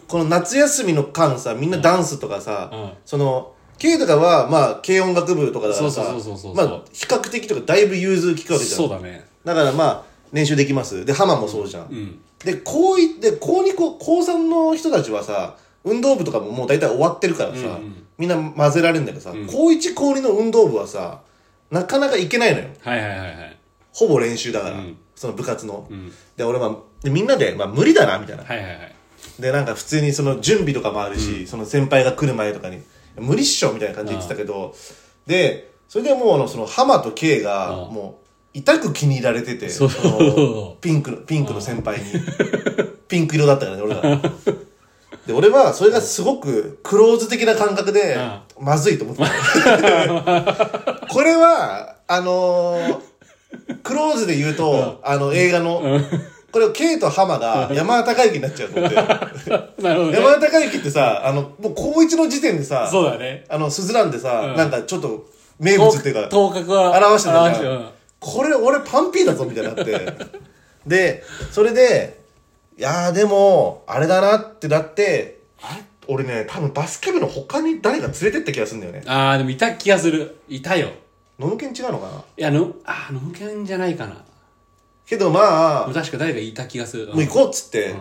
Speaker 2: この夏休みの間さみんなダンスとかさ、
Speaker 1: うん
Speaker 2: その K とかはまあ軽音楽部とかだからさ
Speaker 1: そうそうそうそうそう
Speaker 2: まあ比較的とかだいぶ融通きくわけじゃん
Speaker 1: そうだね。
Speaker 2: だからまあ練習できますで浜もそうじゃ
Speaker 1: う
Speaker 2: ん、
Speaker 1: ん。
Speaker 2: で高一で高二高高3の人たちはさ運動部とかももう大体終わってるからさ、
Speaker 1: うんうん
Speaker 2: みんな混ぜられるんだけどさ、高1高2の運動部はさなかなか行けないのよ
Speaker 1: はいはいはいはい。
Speaker 2: ほぼ練習だから、
Speaker 1: うん
Speaker 2: その部活の、
Speaker 1: うん。
Speaker 2: で俺はでみんなで、まあ、無理だなみたいな
Speaker 1: はいはいはい。
Speaker 2: でなんか普通にその準備とかもあるし、その先輩が来る前とかに「無理っしょ」みたいな感じで言ってたけどでそれでもうあのその浜と K が
Speaker 1: ああ
Speaker 2: もう痛く気に入られてて
Speaker 1: そう
Speaker 2: そのピンクのピンクの先輩にピンク色だったからね俺らで俺はそれがすごくクローズ的な感覚で
Speaker 1: あ
Speaker 2: まずいと思ってたこれはあのークローズで言うとあの映画のこれを K と浜が山田孝之になっちゃうと思って。
Speaker 1: なるほどね。
Speaker 2: 山田孝之ってさ、あの、もう高一の時点でさ、
Speaker 1: そうだね。
Speaker 2: あの、スズランで
Speaker 1: う
Speaker 2: さ、
Speaker 1: ん
Speaker 2: なんかちょっと名物っていうか、
Speaker 1: 頭角は
Speaker 2: 表してたじゃん
Speaker 1: 表し
Speaker 2: これ俺パンピーだぞみたいになって。 で、それで、いやーでも、あれだなってなって、あれ俺ね、多分バスケ部の他に誰か連れてった気がするんだよね
Speaker 1: た。ああ、でもいた気がする。いたよ。
Speaker 2: ののけん違うのかない
Speaker 1: や、の、ああ、のんけんじゃないかな。
Speaker 2: けどまあ、
Speaker 1: 確か誰かいた気がする。
Speaker 2: もう行こうっつって、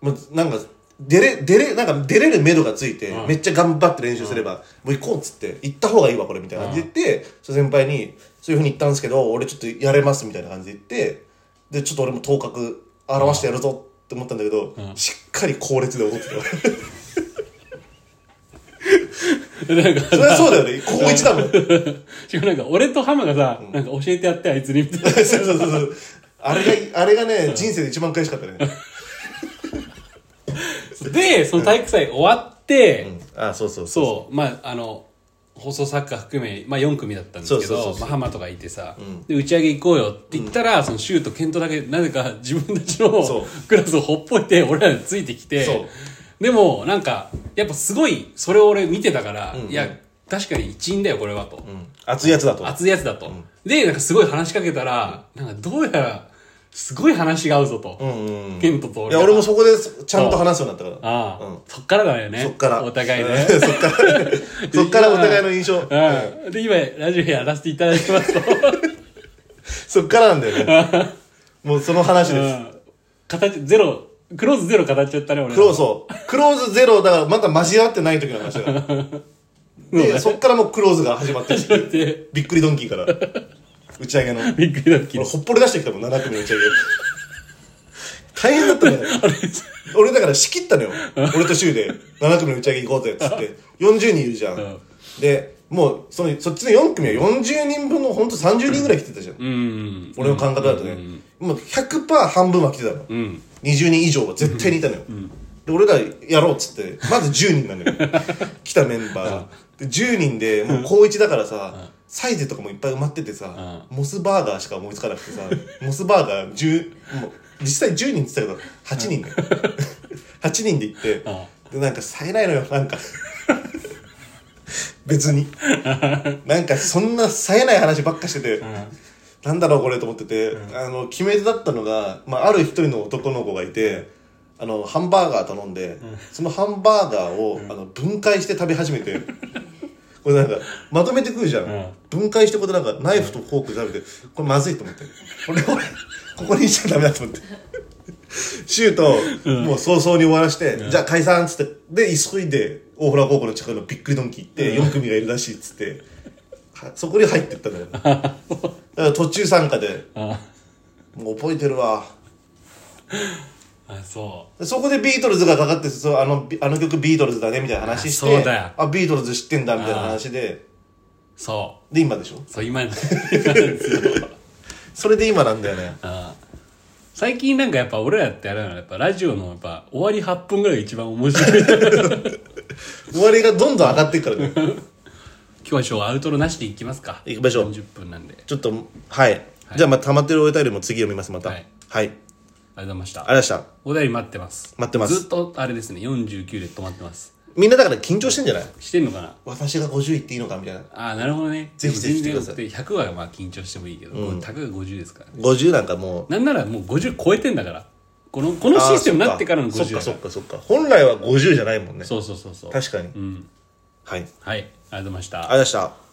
Speaker 2: もうなんか出れ出れなんか出れる目処がついて、
Speaker 1: うん
Speaker 2: めっちゃ頑張って練習すれば、もう行こうっつって行った方がいいわこれみたいな感じで言って、その先輩にそういうふうに言ったんですけど俺ちょっとやれますみたいな感じで言ってでちょっと俺も頭角表してやるぞって思ったんだけど、
Speaker 1: うん
Speaker 2: しっかり後列で踊ってた
Speaker 1: うん。 なんか
Speaker 2: それはそうだよね高一だもん そう
Speaker 1: しかもなんか俺とハマがさ、なんか教えてやってあいつにみたいな。
Speaker 2: そうそうそうあれがあれがね人生で一番悔しかったね、
Speaker 1: で、その体育祭終わって、
Speaker 2: あそうそうそう
Speaker 1: そう、まあ、あの、放送作家含め、まあ、4組だったんですけ
Speaker 2: そうそうそ
Speaker 1: ど、
Speaker 2: うそう
Speaker 1: まあ、浜とかいてさ、で、打ち上げ行こうよって言ったら、その、シュート、ケントだけ、なぜか自分たち
Speaker 2: そう
Speaker 1: のクラスをほっぽいて、俺らについてきて
Speaker 2: そう、
Speaker 1: でも、なんか、やっぱすごい、それを俺見てたから、
Speaker 2: うん
Speaker 1: いや、確かに一員だよ、これは、と。
Speaker 2: うん熱いやつだと
Speaker 1: 熱いやつだと。で、なんかすごい話しかけたら、なんかどうやら、すごい話が合うぞと。
Speaker 2: うんうん
Speaker 1: ケントと
Speaker 2: い
Speaker 1: 俺
Speaker 2: や
Speaker 1: が。
Speaker 2: 俺もそこでちゃんと話すようになったから
Speaker 1: ああ、
Speaker 2: うん
Speaker 1: そっからだよね。
Speaker 2: そっから。
Speaker 1: お互い
Speaker 2: うん
Speaker 1: ね。
Speaker 2: そっから。そっからお互いの印象。
Speaker 1: うん。で、今、ラジオやらせていただきますと、
Speaker 2: そっからなんだよ ね。もうその話
Speaker 1: う
Speaker 2: です。
Speaker 1: ん。形、ゼロ、クローズゼロ語っちゃったね、俺。
Speaker 2: クローそう。クローズゼロだからまだ交わってない時の話だから。で、そっからもうクローズが始まったし、
Speaker 1: で、
Speaker 2: びっくりドンキーから。打ち上げの。
Speaker 1: びっくりドッキ
Speaker 2: 俺
Speaker 1: リ。
Speaker 2: ほっぽり出してきたもん、7組の打ち上げ。大変 だったんだよ。俺だから仕切ったのよ。俺と柊で、7組の打ち上げ行こうぜ、つって。40人いるじゃ
Speaker 1: うん
Speaker 2: ん。で、もう、その、そっちの4組は40人分の、ほんと30人ぐらい来てたじゃん。
Speaker 1: うん。
Speaker 2: 俺の感覚だとね、もう100%半分は来てたの、
Speaker 1: ん
Speaker 2: 20人以上は絶対にいたのよ、で俺らやろうっつってまず10人なのよ来たメンバーがで10人でもう高1だからさ、サイゼとかもいっぱい埋まっててさ、モスバーガーしか思いつかなくてさモスバーガー10もう実際10人って言ってたけど8人だよ 8人で行って、でなんか冴えないのよなんか別になんかそんな冴えない話ばっかしてて、なんだろうこれと思ってて、あの決め手だったのが、まあ、ある一人の男の子がいてあのハンバーガー頼んで、そのハンバーガーを、あの分解して食べ始め てこれなんかまとめて食うじゃん、
Speaker 1: うん
Speaker 2: 分解してこうやってなんかナイフとフォークで食べてこれまずいと思ってこれ俺ここにしちゃダメだと思って。シュート、もう早々に終わらして、じゃあ解散っつって、で、急いで、大浦高校の近くのびっくりドンキ行って、4組がいるらしいっつって、はそこに入ってったんだよ。だから途中参加で、
Speaker 1: あ
Speaker 2: もう覚えてるわ。
Speaker 1: あそ
Speaker 2: でそこでビートルズがかかってそうあの、ビあの曲ビートルズだね、みたいな話して、
Speaker 1: あそうだよ
Speaker 2: あビートルズ知ってんだ、みたいな話で、
Speaker 1: うそ
Speaker 2: で、今でしょ
Speaker 1: うそう今の今なんですよ
Speaker 2: それで今なんだよね。
Speaker 1: ああ 最近なんかやっぱ俺らってあれなのやっぱラジオのやっぱ終わり8分ぐらいが一番面白い今
Speaker 2: 終わりがどんどん上がっていくからね。
Speaker 1: 日はちょっとアウトロなしでいきますか
Speaker 2: 行きましょう
Speaker 1: 40分なんで
Speaker 2: ちょっと、はい。じゃあ、まあ、溜まってるお便りも次読みます、また。
Speaker 1: は
Speaker 2: は
Speaker 1: あ
Speaker 2: いい。ありがと
Speaker 1: りがとうございまし
Speaker 2: う
Speaker 1: た
Speaker 2: ございました。
Speaker 1: お便り待ってます
Speaker 2: 待ってます
Speaker 1: ずっとあれですね49で止まってます
Speaker 2: みんなだから緊張してんじゃない
Speaker 1: してんのかな
Speaker 2: 私が50いっていいのかみたいな
Speaker 1: ああなるほどね
Speaker 2: ぜひぜひ来てください
Speaker 1: 全然100はまあ緊張してもいいけど、たかが50ですからね
Speaker 2: 50なんかもう
Speaker 1: なんならもう50超えてんだからこのこのシステムになってからの50
Speaker 2: そっ
Speaker 1: だ
Speaker 2: か
Speaker 1: か
Speaker 2: そ
Speaker 1: ら
Speaker 2: っかそっか本来は50じゃないもんね
Speaker 1: そうそうそうそう
Speaker 2: 確かに、
Speaker 1: うん
Speaker 2: はいありがとう
Speaker 1: はいありがとうございました
Speaker 2: ございました